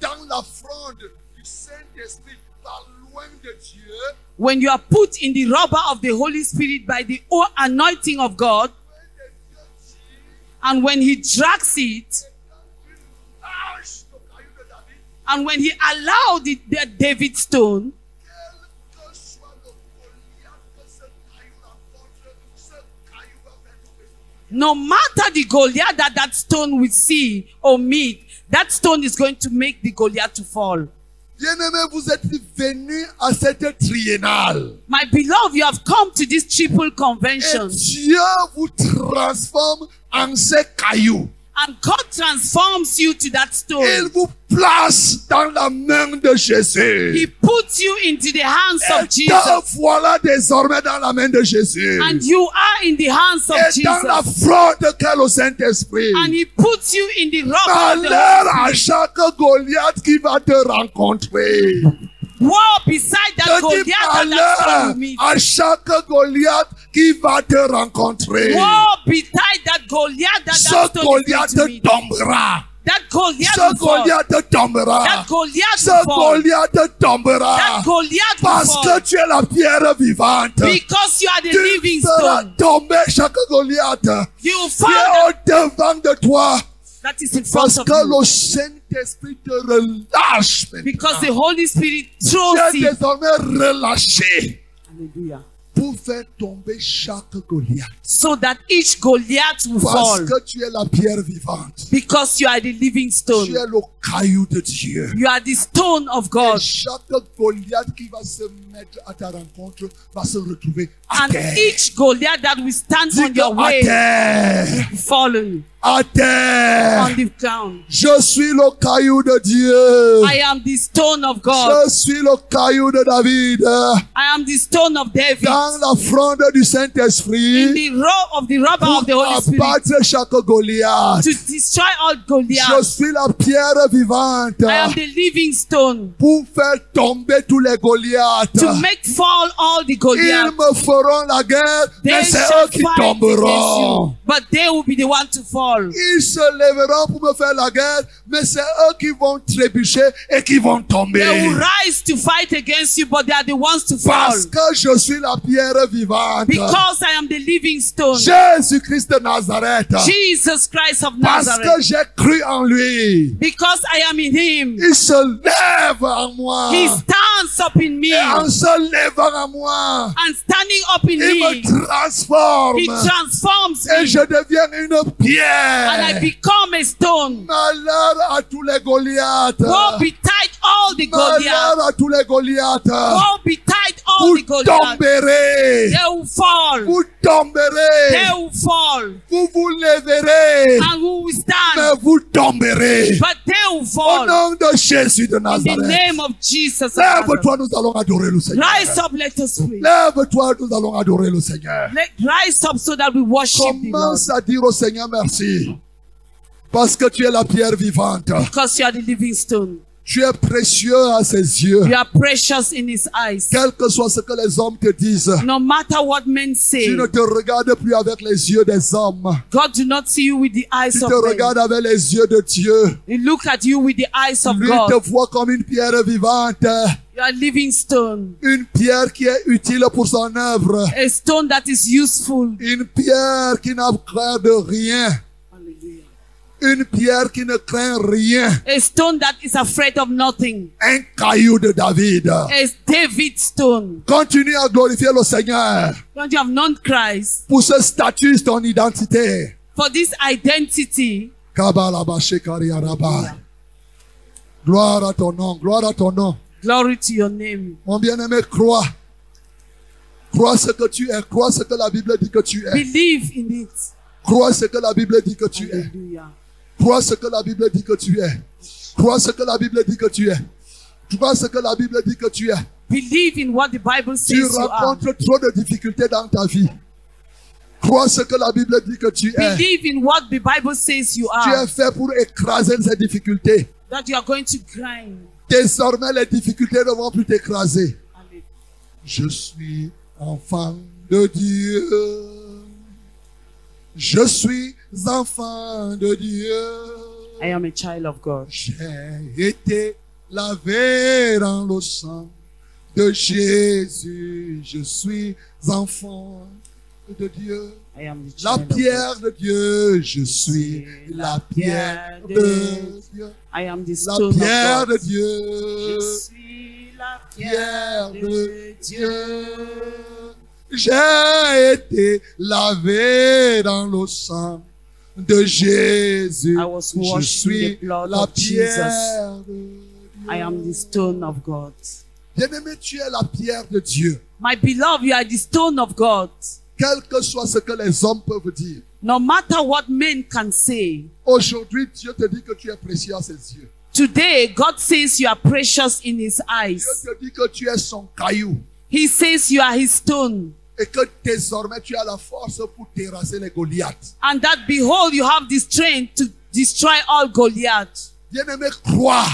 S1: dans la fronde du Saint-Esprit, par loin de Dieu,
S2: When you are put in the rubber of the Holy Spirit by the o- anointing of
S1: loin
S2: God,
S1: de Dieu dit,
S2: and when He drags it,
S1: quand tu lâches le caillou de David,
S2: and when He allowed the, the David stone,
S1: quel que soit le Goliath que ce caillou rapporte, ce caillou va faire tomber.
S2: no matter the Goliath that that stone will see or meet, that stone is going to make the Goliath to fall.
S1: Bien-aimé, vous êtes venus à cette triennale.
S2: My beloved, you have come to this triple
S1: Et
S2: convention,
S1: Dieu vous transforme en ces cailloux.
S2: and God transforms you to that
S1: Il
S2: stone.
S1: vous place dans la main de
S2: He
S1: Jésus.
S2: puts you into the hands
S1: Et
S2: of Jesus,
S1: te voilà désormais dans la main de Jésus.
S2: and you are in the hands of
S1: Et dans la
S2: Jesus,
S1: fraude qu'est le Saint-Esprit.
S2: and He puts you in the rock. of the-
S1: Malheur à chaque Goliath qui va te rencontrer.
S2: War beside that
S1: Je
S2: Goliath
S1: dis
S2: and that stone
S1: malheur
S2: will meet.
S1: à chaque Goliath qui va te rencontrer.
S2: War beside that Goliath that that
S1: Ce
S2: stone will
S1: Goliath
S2: meet.
S1: tombera.
S2: That Goliath
S1: Ce
S2: will fall.
S1: Goliath tombera.
S2: That Goliath
S1: Ce
S2: will fall.
S1: Goliath tombera.
S2: That Goliath will
S1: Parce que
S2: fall.
S1: tu es la pierre vivante.
S2: Because you are the living
S1: Tu feras
S2: stone.
S1: tomber chaque Goliath qui
S2: You
S1: est
S2: fall.
S1: au devant de toi.
S2: That is in front
S1: Parce
S2: of
S1: que
S2: you.
S1: le Saint-Esprit te relâche maintenant.
S2: Because the Holy Spirit throws
S1: Tu es
S2: it.
S1: désormais relâché
S2: Hallelujah.
S1: pour faire tomber chaque Goliath.
S2: So that each Goliath will
S1: Parce
S2: fall.
S1: que tu es la pierre vivante.
S2: Because you are the living stone.
S1: Tu es le caillou de Dieu.
S2: You are the stone of God.
S1: Chaque Goliath qui va se mettre à ta rencontre va se retrouver à
S2: And
S1: terre.
S2: each Goliath that will stand
S1: Dis
S2: on your
S1: que à
S2: way
S1: terre.
S2: will fall on you.
S1: à terre.
S2: on the ground.
S1: Je suis le caillou de Dieu.
S2: I am the stone of God.
S1: Je suis le caillou de David.
S2: I am the stone of David.
S1: Dans l'affronte du
S2: In
S1: Saint-Esprit,
S2: the row of the robber
S1: pour
S2: of the Holy Spirit
S1: abattre chaque Goliath.
S2: to destroy all
S1: Je
S2: Goliath.
S1: suis la pierre vivante
S2: I am the living stone
S1: pour faire tomber tous les Goliaths.
S2: to make fall all the
S1: Ils
S2: Goliath.
S1: me feront la guerre,
S2: They
S1: mais c'est
S2: shall
S1: eux qui
S2: fight against
S1: tomberont.
S2: you, but they will be the one to fall.
S1: Ils se lèveront pour me faire la guerre, mais c'est eux qui vont trébucher et qui vont
S2: They will
S1: tomber.
S2: rise to fight against you, but they are the ones to fall.
S1: Parce que je suis la pierre vivante.
S2: Because I am the living stone.
S1: Jésus-Christ de Nazareth.
S2: Jesus Christ of
S1: Parce que
S2: Nazareth.
S1: j'ai cru en lui.
S2: Because I am in him.
S1: Il se lève en moi.
S2: He stands up in me.
S1: Et en se levant en moi,
S2: And standing up in
S1: il
S2: me,
S1: me transforme.
S2: he transforms
S1: Et
S2: me.
S1: je deviens une
S2: And I
S1: pierre.
S2: become a stone.
S1: Malheur à tous les Goliaths.
S2: Go betide all the Goliath.
S1: Malheur à tous les Goliaths.
S2: Go betide all
S1: Vous
S2: the Goliath.
S1: tomberez.
S2: They will fall.
S1: Vous
S2: They
S1: tomberez.
S2: will fall.
S1: Vous vous leverez.
S2: And who will
S1: Mais
S2: stand?
S1: vous tomberez.
S2: But they will
S1: Au
S2: fall.
S1: nom de Jésus de
S2: In the
S1: Nazareth.
S2: name of Jesus. of Nazareth.
S1: Lève-toi, nous allons adorer le Seigneur.
S2: Rise up, let us pray.
S1: Lève-toi, nous allons adorer le Seigneur.
S2: Let, rise up so that we worship the Lord.
S1: Commence à dire au Seigneur merci. Parce que tu es la pierre vivante.
S2: Because you are the living stone.
S1: Tu es précieux à ses yeux.
S2: You are precious in his eyes.
S1: Quel que soit ce que les hommes te disent,
S2: No matter what men say,
S1: tu ne te regardes plus avec les yeux des hommes.
S2: God do not see you with the
S1: Tu
S2: eyes
S1: te
S2: of men.
S1: regardes avec les yeux de Dieu.
S2: He look at you with the eyes of
S1: Lui
S2: God.
S1: te voit comme une pierre vivante,
S2: You are living stone.
S1: une pierre qui est utile pour son œuvre,
S2: A stone that is useful.
S1: une pierre qui n'a craint de rien,
S2: Hallelujah.
S1: une pierre qui ne craint rien,
S2: A stone that is afraid of nothing.
S1: un caillou de David.
S2: A David stone.
S1: Continue à glorifier le Seigneur
S2: Don't you have known Christ?
S1: pour ce statut, ton identité.
S2: For this identity,
S1: Kabalabashe kariaraba. Gloire à ton nom, gloire à ton nom.
S2: glory to your name.
S1: Mon bien-aimé, crois. Crois ce que tu es, crois ce que la Bible dit que tu es.
S2: Believe in it.
S1: Crois ce que la Bible dit que tu es.
S2: Hallelujah.
S1: Crois ce que la Bible dit que tu es. Crois ce que la Bible dit que tu es. Crois ce que la Bible dit que tu es.
S2: Believe in what the Bible says
S1: Tu
S2: you are.
S1: rencontres trop de difficultés dans ta vie. Crois ce que la Bible dit que tu es.
S2: Believe in what the Bible says you
S1: Tu
S2: are.
S1: es fait pour écraser ces difficultés.
S2: That you are going to grind.
S1: Désormais, les difficultés ne vont plus t'écraser.
S2: Hallelujah.
S1: Je suis enfant de Dieu. Je suis enfant de Dieu.
S2: I am a child of God.
S1: J'ai été lavé dans le sang de Jésus. Je suis enfant de Dieu.
S2: I am the
S1: La
S2: child of God.
S1: pierre de Dieu, je suis la pierre de Dieu.
S2: I am the
S1: La
S2: stone of
S1: pierre
S2: God.
S1: de Dieu,
S2: Je suis la
S1: pierre
S2: pierre
S1: de
S2: de
S1: Dieu.
S2: Dieu.
S1: J'ai été lavé dans le sang de Jésus.
S2: I was
S1: Je
S2: washed in the
S1: suis
S2: blood
S1: la
S2: of
S1: pierre de Dieu.
S2: I am the stone of God.
S1: Bien-aimé, tu es la pierre de Dieu.
S2: My beloved, you are the stone of God.
S1: Quel que soit ce que les hommes peuvent dire,
S2: No matter what men can say,
S1: aujourd'hui, Dieu te dit que tu es précieux à ses yeux.
S2: today God says you are precious in his
S1: Dieu
S2: eyes.
S1: te dit que tu es son caillou
S2: He says you are his stone.
S1: et que désormais tu as la force pour terrasser les Goliaths.
S2: And that behold, you have the strength to destroy all Goliath.
S1: Bien-aimé, crois,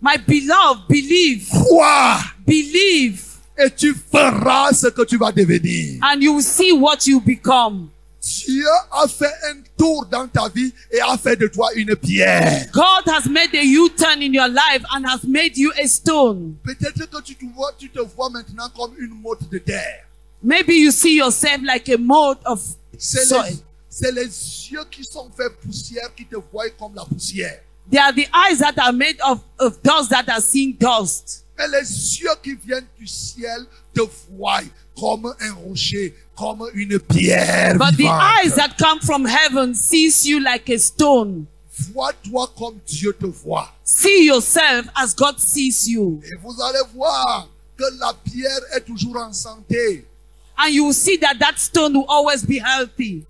S2: My beloved, believe,
S1: crois
S2: believe.
S1: et tu feras ce que tu vas devenir.
S2: and you will see what you become.
S1: Dieu a fait un tour dans ta vie et a fait de toi une pierre.
S2: God has made a U-turn in your life and has made you a stone.
S1: Peut-être que tu te, vois, tu te vois maintenant comme une motte de terre.
S2: Maybe you see yourself like a mold of
S1: C'est
S2: soil.
S1: les, c'est les yeux qui sont faits poussière qui te voient comme la poussière.
S2: They are the eyes that are made of, of dust that are seeing dust.
S1: Mais les yeux qui viennent du ciel te voient comme un rocher, comme une pierre.
S2: But the
S1: vivante.
S2: eyes that come from heaven sees you like a stone.
S1: Vois-toi comme Dieu te voit.
S2: See yourself as God sees you.
S1: Et vous allez voir que la pierre est toujours en santé.
S2: And you will see that that stone will always be healthy.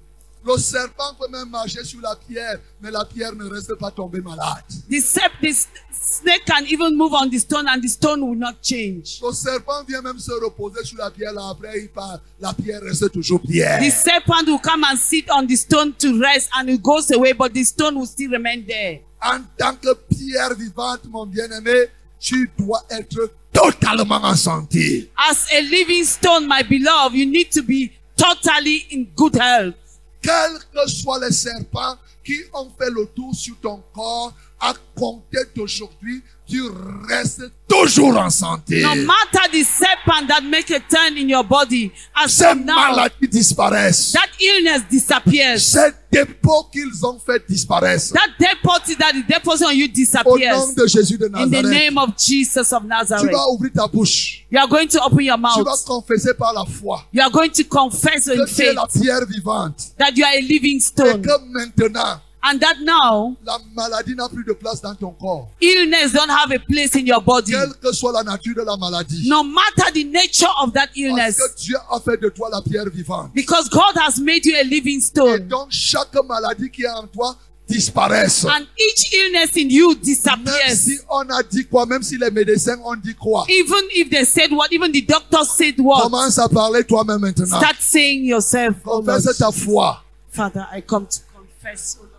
S1: Le serpent peut même marcher sur la pierre, mais la pierre ne reste pas tombée malade.
S2: The, sep- the s- snake can even move on the stone and the stone will not change.
S1: Le serpent vient même se reposer sur la pierre, là, après il part. La pierre reste toujours pierre.
S2: The serpent will come and sit on the stone to rest and it goes away, but the stone will still remain there.
S1: En tant que pierre vivante, mon bien-aimé, tu dois être totalement en santé.
S2: As a living stone, my beloved, you need to be totally in good health.
S1: Quels que soient les serpents qui ont fait le tour sur ton corps, à compter d'aujourd'hui, tu restes toujours en santé.
S2: No matter the serpent that make a turn in your body, as
S1: Ces
S2: from now,
S1: maladies disparaissent.
S2: that illness disappears.
S1: Ces dépôts qu'ils ont fait disparaissent.
S2: That deposit that the deposit on
S1: Au
S2: you
S1: nom
S2: disappears.
S1: de Jésus de
S2: In the
S1: Nazareth,
S2: name of Jesus of
S1: tu
S2: Nazareth.
S1: vas ouvrir ta bouche.
S2: You are going to open your
S1: Tu vas
S2: mouth.
S1: confesser par la foi
S2: You are going to confess in
S1: que tu es
S2: faith
S1: la pierre vivante.
S2: that you are a living
S1: Et
S2: stone
S1: que maintenant,
S2: and that now
S1: la maladie n'a plus de place dans ton corps.
S2: illness don't have a place in your body.
S1: Quelle que soit la nature de la maladie.
S2: No matter the nature of that
S1: Parce que
S2: illness,
S1: Dieu a fait de toi la pierre vivante.
S2: because God has made you a living
S1: Et
S2: stone
S1: donc, chaque maladie qui est en toi disparaisse.
S2: and each illness in you
S1: Même si
S2: disappears.
S1: on a dit quoi, même si les médecins ont dit quoi,
S2: Even if they said what, even the doctor said what,
S1: commence à parler toi-même maintenant.
S2: start saying yourself, oh Lord,
S1: Confesse ta foi.
S2: Father, I come to confess, oh Lord.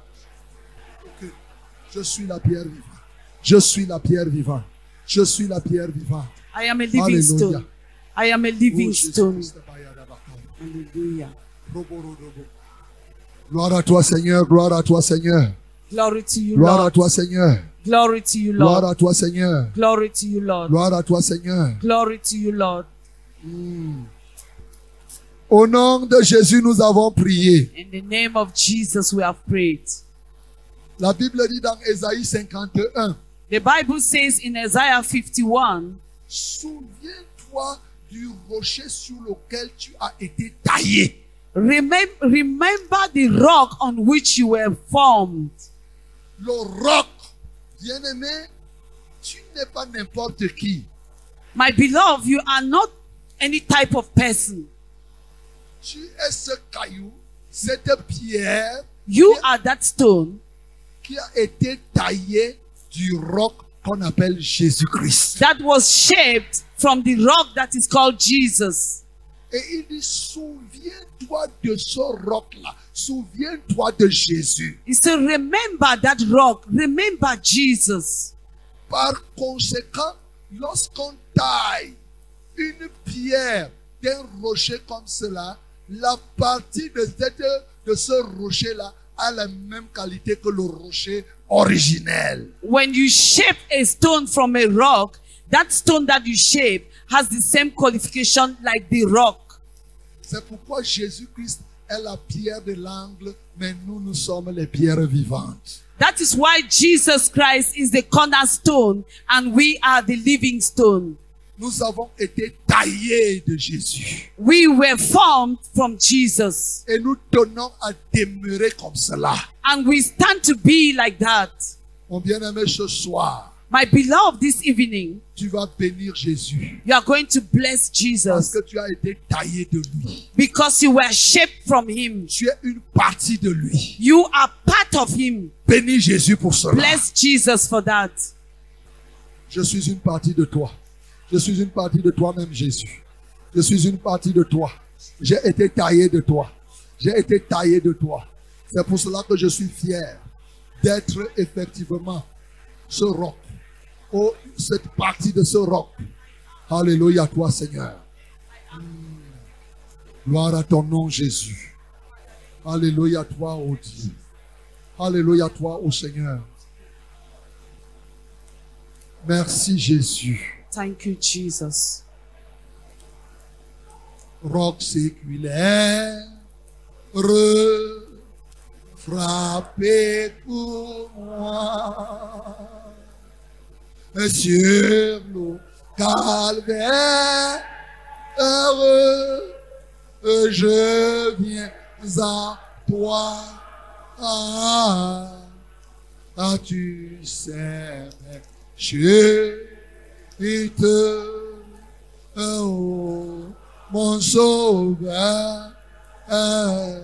S1: que je suis la pierre vivante. Je suis la pierre vivante. Je suis la pierre vivante. Oh,
S2: I am a living
S1: Hallelujah.
S2: stone. I am a living
S1: Oh, Jésus
S2: stone.
S1: Christ, Bayadabaka.
S2: Hallelujah.
S1: Roborodobo. Gloire à toi Seigneur, gloire à toi Seigneur,
S2: Glory to you,
S1: gloire à
S2: Lord.
S1: toi Seigneur,
S2: Glory to you,
S1: gloire
S2: Lord.
S1: à toi Seigneur,
S2: Glory to you, Lord.
S1: gloire à toi Seigneur.
S2: Glory to you, Lord.
S1: Au nom de Jésus, nous avons prié.
S2: In the name of Jesus, we have prayed.
S1: La Bible dit dans Ésaïe 51,
S2: The Bible says in Isaiah 51
S1: souviens-toi du rocher sur lequel tu as été taillé.
S2: Remember, remember the rock on which you were formed.
S1: le roc. Bien-aimé, tu n'es pas n'importe qui.
S2: My beloved, you are not any type of person.
S1: Tu es ce caillou, cette pierre
S2: You are that stone
S1: qui a été taillée du roc qu'on appelle Jésus-Christ.
S2: that was shaped from the rock that is called Jesus.
S1: Et il dit, souviens-toi de ce roc-là. Souviens-toi de Jésus.
S2: He said, Remember that rock. Remember Jesus.
S1: Par conséquent, lorsqu'on taille une pierre d'un rocher comme cela, la partie de, cette- de ce rocher-là a la même qualité que le rocher originel.
S2: When you shape a stone from a rock, that stone that you shape has the same qualification like the rock.
S1: C'est pourquoi Jésus-Christ est la pierre de l'angle, mais nous, nous sommes les pierres vivantes.
S2: That is why Jesus Christ is the cornerstone and we are the living stone.
S1: Nous avons été taillés de Jésus.
S2: We were formed from Jesus
S1: Et nous tenons à demeurer comme cela.
S2: and we stand to be like that.
S1: Mon bien-aimé, ce soir,
S2: My beloved, this evening,
S1: tu vas bénir Jésus.
S2: you are going to bless
S1: Parce
S2: Jesus
S1: que tu as été taillé de lui.
S2: because you were shaped from him.
S1: Tu es une partie de lui.
S2: You are part of him.
S1: Bénis Jésus pour cela.
S2: Bless Jesus for that.
S1: Je suis une partie de toi. Je suis une partie de toi-même, Jésus. Je suis une partie de toi. J'ai été taillé de toi. J'ai été taillé de toi. C'est pour cela que je suis fier d'être effectivement ce roc. Oh, cette partie de ce roc. Alléluia à toi, Seigneur. Mm. Gloire à ton nom, Jésus. Alléluia à toi, ô Dieu. Alléluia à toi, ô Seigneur. Merci, Jésus.
S2: Thank you, Jesus.
S1: roc séculaire, re, frappez pour moi sur le calvaire, heureux, je viens à toi. Ah, ah, tu sais, je te Oh, mon sauveur, euh,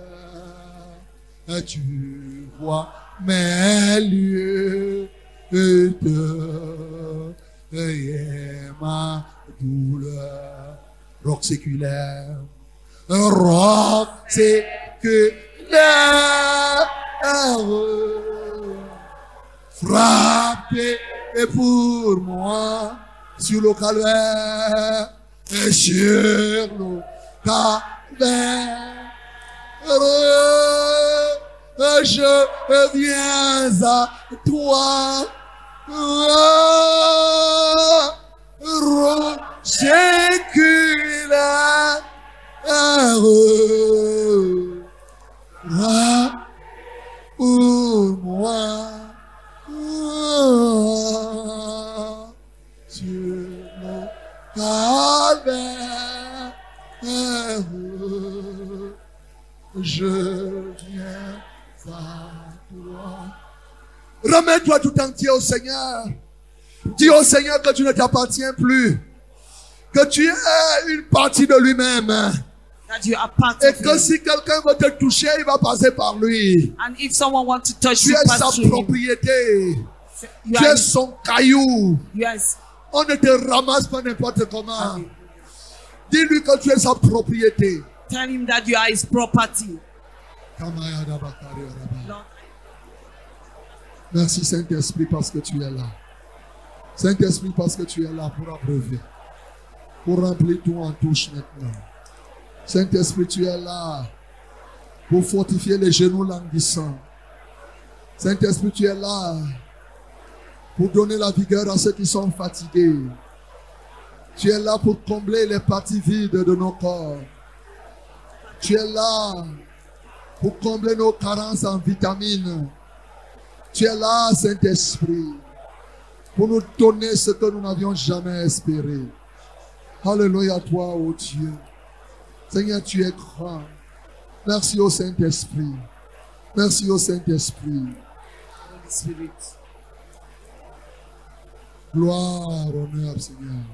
S1: tu vois mes lieux de et ma douleur. Rock séculaire, rock séculaire, frappez pour moi sur le calvaire et sur le calvaire. Je viens à toi, rocher culaire. Pour moi, sur le calvaire. euh, Je viens à toi. Remets-toi tout entier au Seigneur. Dis au Seigneur que tu ne t'appartiens plus. Que tu es une partie de lui-même.
S2: that you are part
S1: Et
S2: of
S1: que
S2: him.
S1: si quelqu'un veut te toucher, il va passer par lui.
S2: And if someone wants to touch
S1: Tu
S2: you,
S1: es sa
S2: pass through him.
S1: propriété.
S2: You
S1: Tu
S2: are,
S1: es son caillou.
S2: you are his-
S1: On ne te ramasse pas n'importe
S2: Ah.
S1: comment. Dis-lui que tu es sa propriété.
S2: tell him that you are his property.
S1: Kamaya Bakari Rabba.
S2: Lord,
S1: Merci Saint-Esprit parce que tu es là. Saint-Esprit parce que tu es là pour abreuver. Pour remplir tout en touche maintenant. Saint-Esprit, tu es là pour fortifier les genoux languissants. Saint-Esprit, tu es là pour donner la vigueur à ceux qui sont fatigués. Tu es là pour combler les parties vides de nos corps. Tu es là pour combler nos carences en vitamines. Tu es là, Saint-Esprit, pour nous donner ce que nous n'avions jamais espéré. Alléluia à toi, ô Dieu. Seigneur, tu es grand. Merci au Saint-Esprit. Merci au Saint-Esprit.
S2: Holy Spirit.
S1: Gloire, honneur, Seigneur.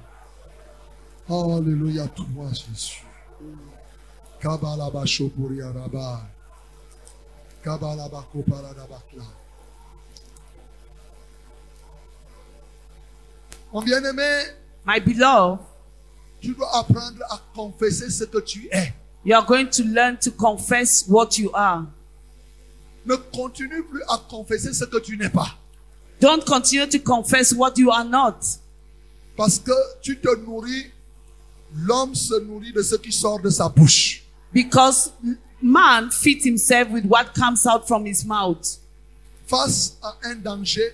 S1: Alléluia à toi, Jésus. Kabalabasho pour Yaraba. Kabalabako paradabakla. Mon bien-aimé,
S2: My beloved,
S1: tu dois apprendre à confesser ce que tu es.
S2: you are going to learn to confess what you are.
S1: Ne continue plus à confesser ce que tu n'es pas.
S2: Don't continue to confess what you are not.
S1: Parce que tu te nourris, l'homme se nourrit de ce qui sort de sa bouche.
S2: Because man feeds himself with what comes out from his mouth.
S1: face à un danger,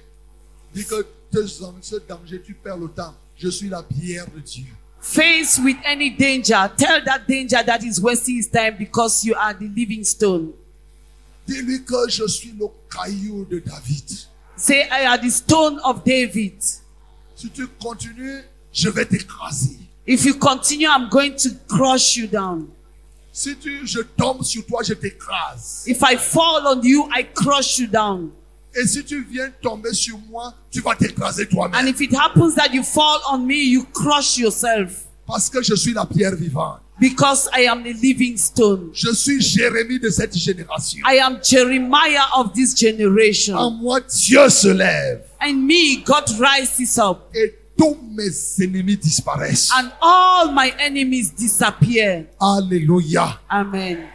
S1: dis que dans ce danger, tu perds le temps. Je suis la bière de Dieu.
S2: Faced with any danger, tell that danger that is wasting his time because you are the living stone.
S1: Dis-lui que je suis le caillou de David.
S2: Say, I are the stone of David.
S1: Si tu continues, je vais t'écraser.
S2: If you continue, I'm going to crush you down.
S1: Si tu, je tombe sur toi, je t'écrase.
S2: If I fall on you, I crush you down.
S1: Et si tu viens tomber sur moi, tu vas t'écraser
S2: And
S1: toi-même.
S2: if it happens that you fall on me, you crush yourself
S1: Parce que je suis la pierre vivante.
S2: because I am the living stone.
S1: Je suis Jérémie de cette génération.
S2: I am Jeremiah of this
S1: En
S2: generation.
S1: moi, Dieu se lève
S2: And me, God rises up,
S1: et tous mes ennemis disparaissent.
S2: and all my enemies disappear.
S1: Alléluia.
S2: Amen.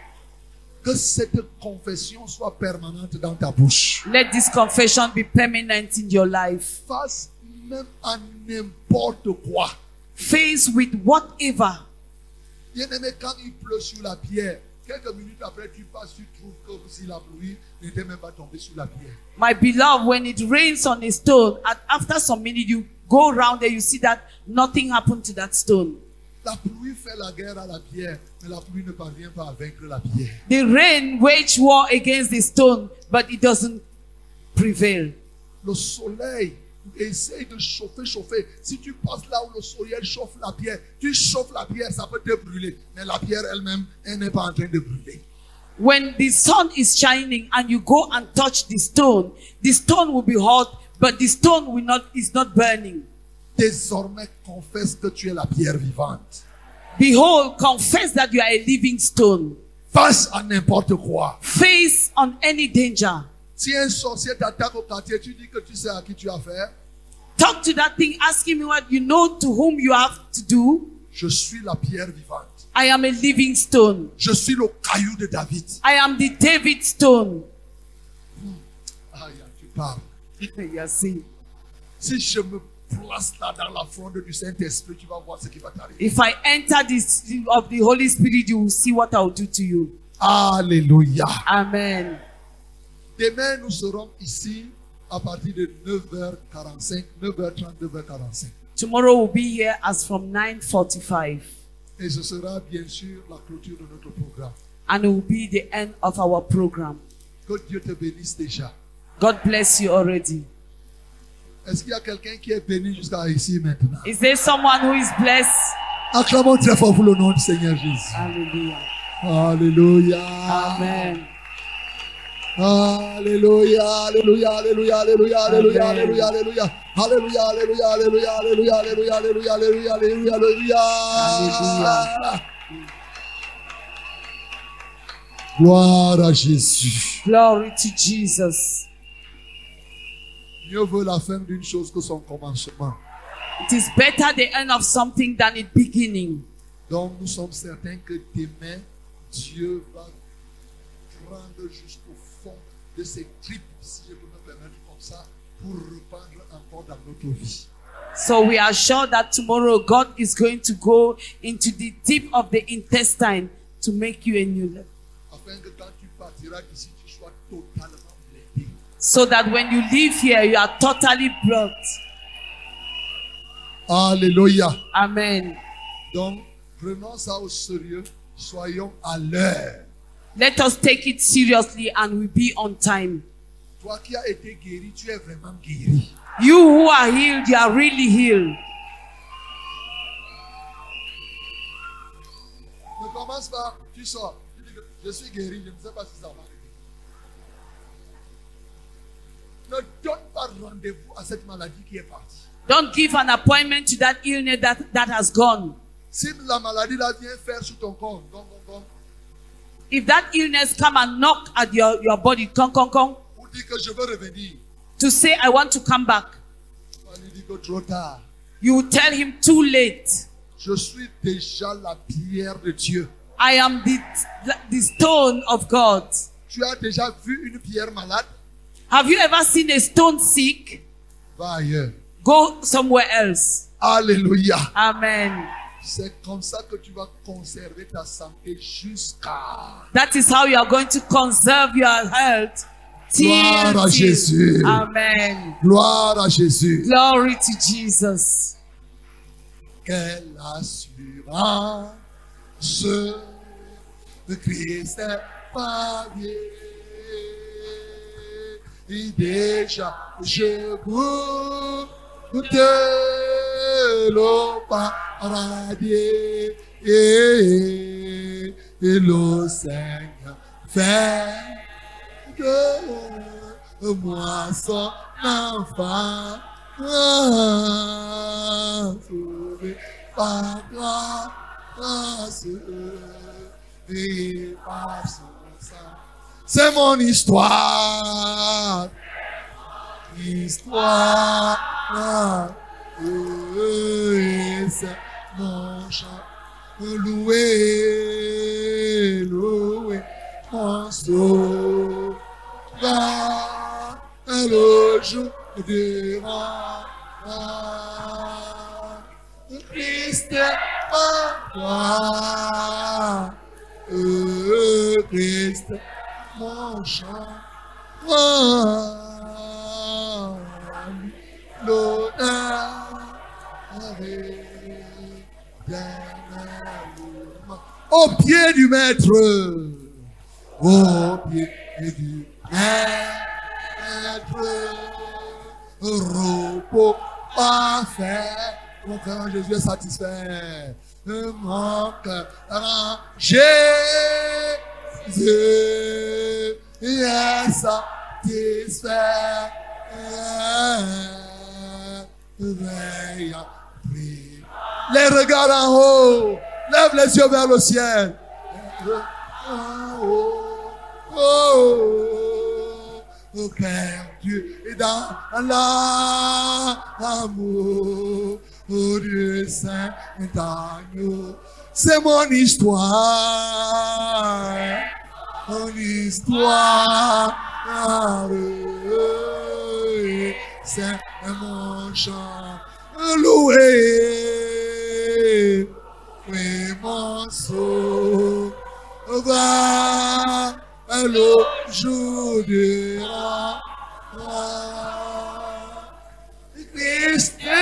S1: Que cette confession soit permanente dans ta bouche.
S2: Let this confession be permanent in your life.
S1: Face même à n'importe quoi.
S2: Faced with whatever.
S1: Bien-aimé, quand il pleut sur la pierre, quelques minutes après, tu passes, tu trouves que si la pluie n'était même pas tombée sur la pierre.
S2: My beloved, when it rains on a stone, and after some minute you go around and you see that nothing happened to that stone.
S1: La pluie fait la guerre à la pierre, mais la pluie ne parvient pas à vaincre la pierre.
S2: The rain wage war against the stone, but it doesn't prevail.
S1: Le soleil essaye de chauffer, chauffer. Si tu passes là où le soleil chauffe la pierre, tu chauffes la pierre, ça peut te brûler. Mais la pierre elle-même, elle n'est pas en train de brûler.
S2: When the sun is shining and you go and touch the stone, the stone will be hot, but the stone will not is not burning.
S1: Désormais, confesse que tu es la pierre vivante.
S2: Behold, confess that you are a living stone.
S1: Face à n'importe quoi.
S2: Face on any danger.
S1: Si un sorcier t'attaque au quartier, tu dis que tu sais à qui tu as affaire.
S2: Talk to that thing, ask him what you know to whom you have to do.
S1: Je suis la pierre vivante.
S2: I am a living stone.
S1: Je suis le caillou de David.
S2: I am the David stone.
S1: Aïe, tu parles.
S2: you are saying,
S1: Si je me place là dans la fronde du Saint-Esprit, tu vas voir ce qui va t'arriver.
S2: if I enter this of the Holy Spirit, you will see what I'll do to you.
S1: Alléluia.
S2: Amen.
S1: Demain, nous serons ici à partir de 9h45, 9h30, 9h45.
S2: Tomorrow will be here as from 9:45,
S1: Et ce sera bien sûr la clôture de notre programme.
S2: and it will be the end of our program.
S1: Que Dieu te bénisse déjà.
S2: God bless you already.
S1: Est-ce qu'il y a quelqu'un qui est béni jusqu'à ici maintenant?
S2: Is there someone who is blessed?
S1: Acclamons très fort pour le nom du Seigneur Jésus.
S2: Hallelujah.
S1: Alléluia.
S2: Amen.
S1: Alléluia, alléluia, alléluia, alléluia, alléluia,
S2: Amen.
S1: alléluia, alléluia. Alléluia, alléluia, alléluia, alléluia, alléluia, alléluia, alléluia, alléluia, alléluia.
S2: Alléluia.
S1: Gloire à Jésus.
S2: Glory to Jesus.
S1: Mieux vaut la fin d'une chose que son commencement.
S2: It is better the end of something than the beginning.
S1: Donc nous sommes certains que demain, Dieu va prendre jusqu'au fond de ses tripes, si je peux me permettre comme ça, pour reprendre encore dans notre vie.
S2: So we are sure that tomorrow God is going to go into the deep of the intestine to make you a new life.
S1: Afin que quand tu partiras d'ici, tu sois totalement blindé.
S2: So that when you leave here, you are totally brought.
S1: Alléluia.
S2: Amen.
S1: Donc, prenons ça au sérieux. Soyons à l'heure.
S2: Let us take it seriously and we be on time.
S1: Toi qui as été guéri, tu es vraiment guéri.
S2: You who are healed, you are really healed.
S1: Ne commence pas, tu sors. Tu dis que je suis guéri, je ne sais pas si ça va arriver. Ne donne pas rendez-vous à cette maladie qui est partie.
S2: Don't give an appointment to that illness that, that has gone.
S1: Si la maladie là vient faire sur ton corps, gong, gong, gong,
S2: If that illness come and knock at your, your body, come, come, come,
S1: ou dit que je veux revenir,
S2: to say, I want to come back,
S1: on lui dit que trop tard.
S2: you will tell him too late.
S1: Je suis déjà la pierre de Dieu.
S2: I am the, the stone of God.
S1: Tu as déjà vu une pierre malade?
S2: Have you ever seen a stone sick?
S1: Va ailleurs.
S2: Go somewhere else.
S1: Alléluia.
S2: Amen.
S1: C'est comme ça que tu vas conserver ta santé jusqu'à.
S2: That is how you are going to conserve your health.
S1: Gloire à Jésus.
S2: Amen.
S1: Gloire à Jésus.
S2: Glory to Jesus.
S1: Quelle assurance le Christ est ma vie. Et déjà, je goûte le paradis et le Seigneur fait de moi son enfant. Sauvé par grâce et par son sang. C'est mon histoire. Histoire. Et c'est mon chant. Loué, loué, mon sauveur. Le jour du roi. Christ en toi. Euh, Christ, mon chant. L'honneur au pied du maître, au pied du maître, repos parfait, mon cœur en Jésus est satisfait, mon cœur en Jésus est satisfait. Veille à prier. Les regards en haut. Lève les yeux vers le ciel. Les regards en haut. Oh, oh, notre Père Dieu et dans l'amour, ô Dieu Saint Agneau. C'est mon histoire, mon histoire, c'est mon chant loué, oui mon sauveur va le jour de la gloire. Christ est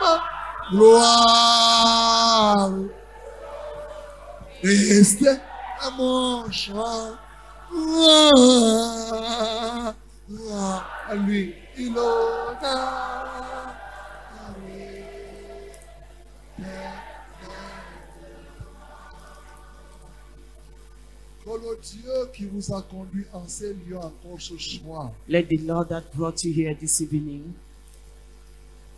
S1: ma gloire. Christ est mon chant. Gloire à lui, il honneur. Que le Dieu qui vous a conduit en ces lieux encore ce soir,
S2: Let the Lord that brought you here this evening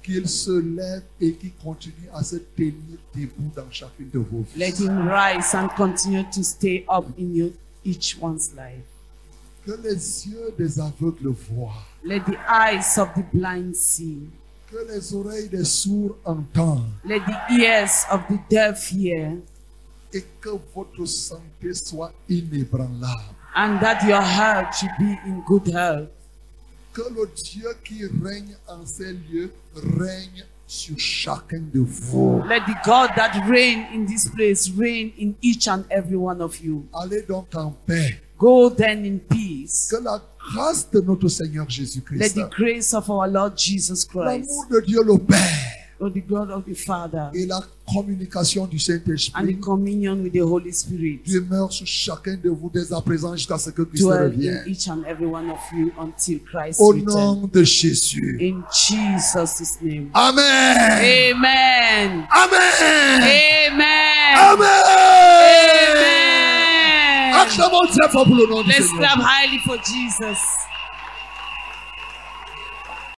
S1: qu'il se lève et qu'il continue à se tenir debout dans chacune de vos vies.
S2: Let him rise and continue to stay up in your, each one's life.
S1: Que les yeux des aveugles voient,
S2: Let the eyes of the blind see.
S1: que les oreilles des sourds entendent
S2: Let the ears of the deaf hear.
S1: et que votre santé soit inébranlable.
S2: And that your heart should be in good health.
S1: Que le Dieu qui règne en ces lieux règne sur chacun de vous.
S2: Let the God that reign in this place reign in each and every one of you.
S1: Allez donc en paix.
S2: Go then in peace.
S1: Que la grâce de notre Seigneur
S2: Let
S1: Jésus-Christ,
S2: the grace of our Lord Jesus Christ,
S1: l'amour de Dieu le Père
S2: or the God of the Father,
S1: et la communication du
S2: and the
S1: Saint-Esprit
S2: communion with the Holy Spirit
S1: demeurent sur chacun de vous dès à présent jusqu'à ce que Christ
S2: dwell in
S1: revienne.
S2: each and every one of you until Christ
S1: Au
S2: returns.
S1: nom de Jésus.
S2: In Jesus' name.
S1: Amen.
S2: Amen.
S1: Amen.
S2: Amen.
S1: Amen.
S2: Amen.
S1: Acclamons très fort pour le nom du
S2: Let's
S1: Seigneur.
S2: clap highly for Jesus.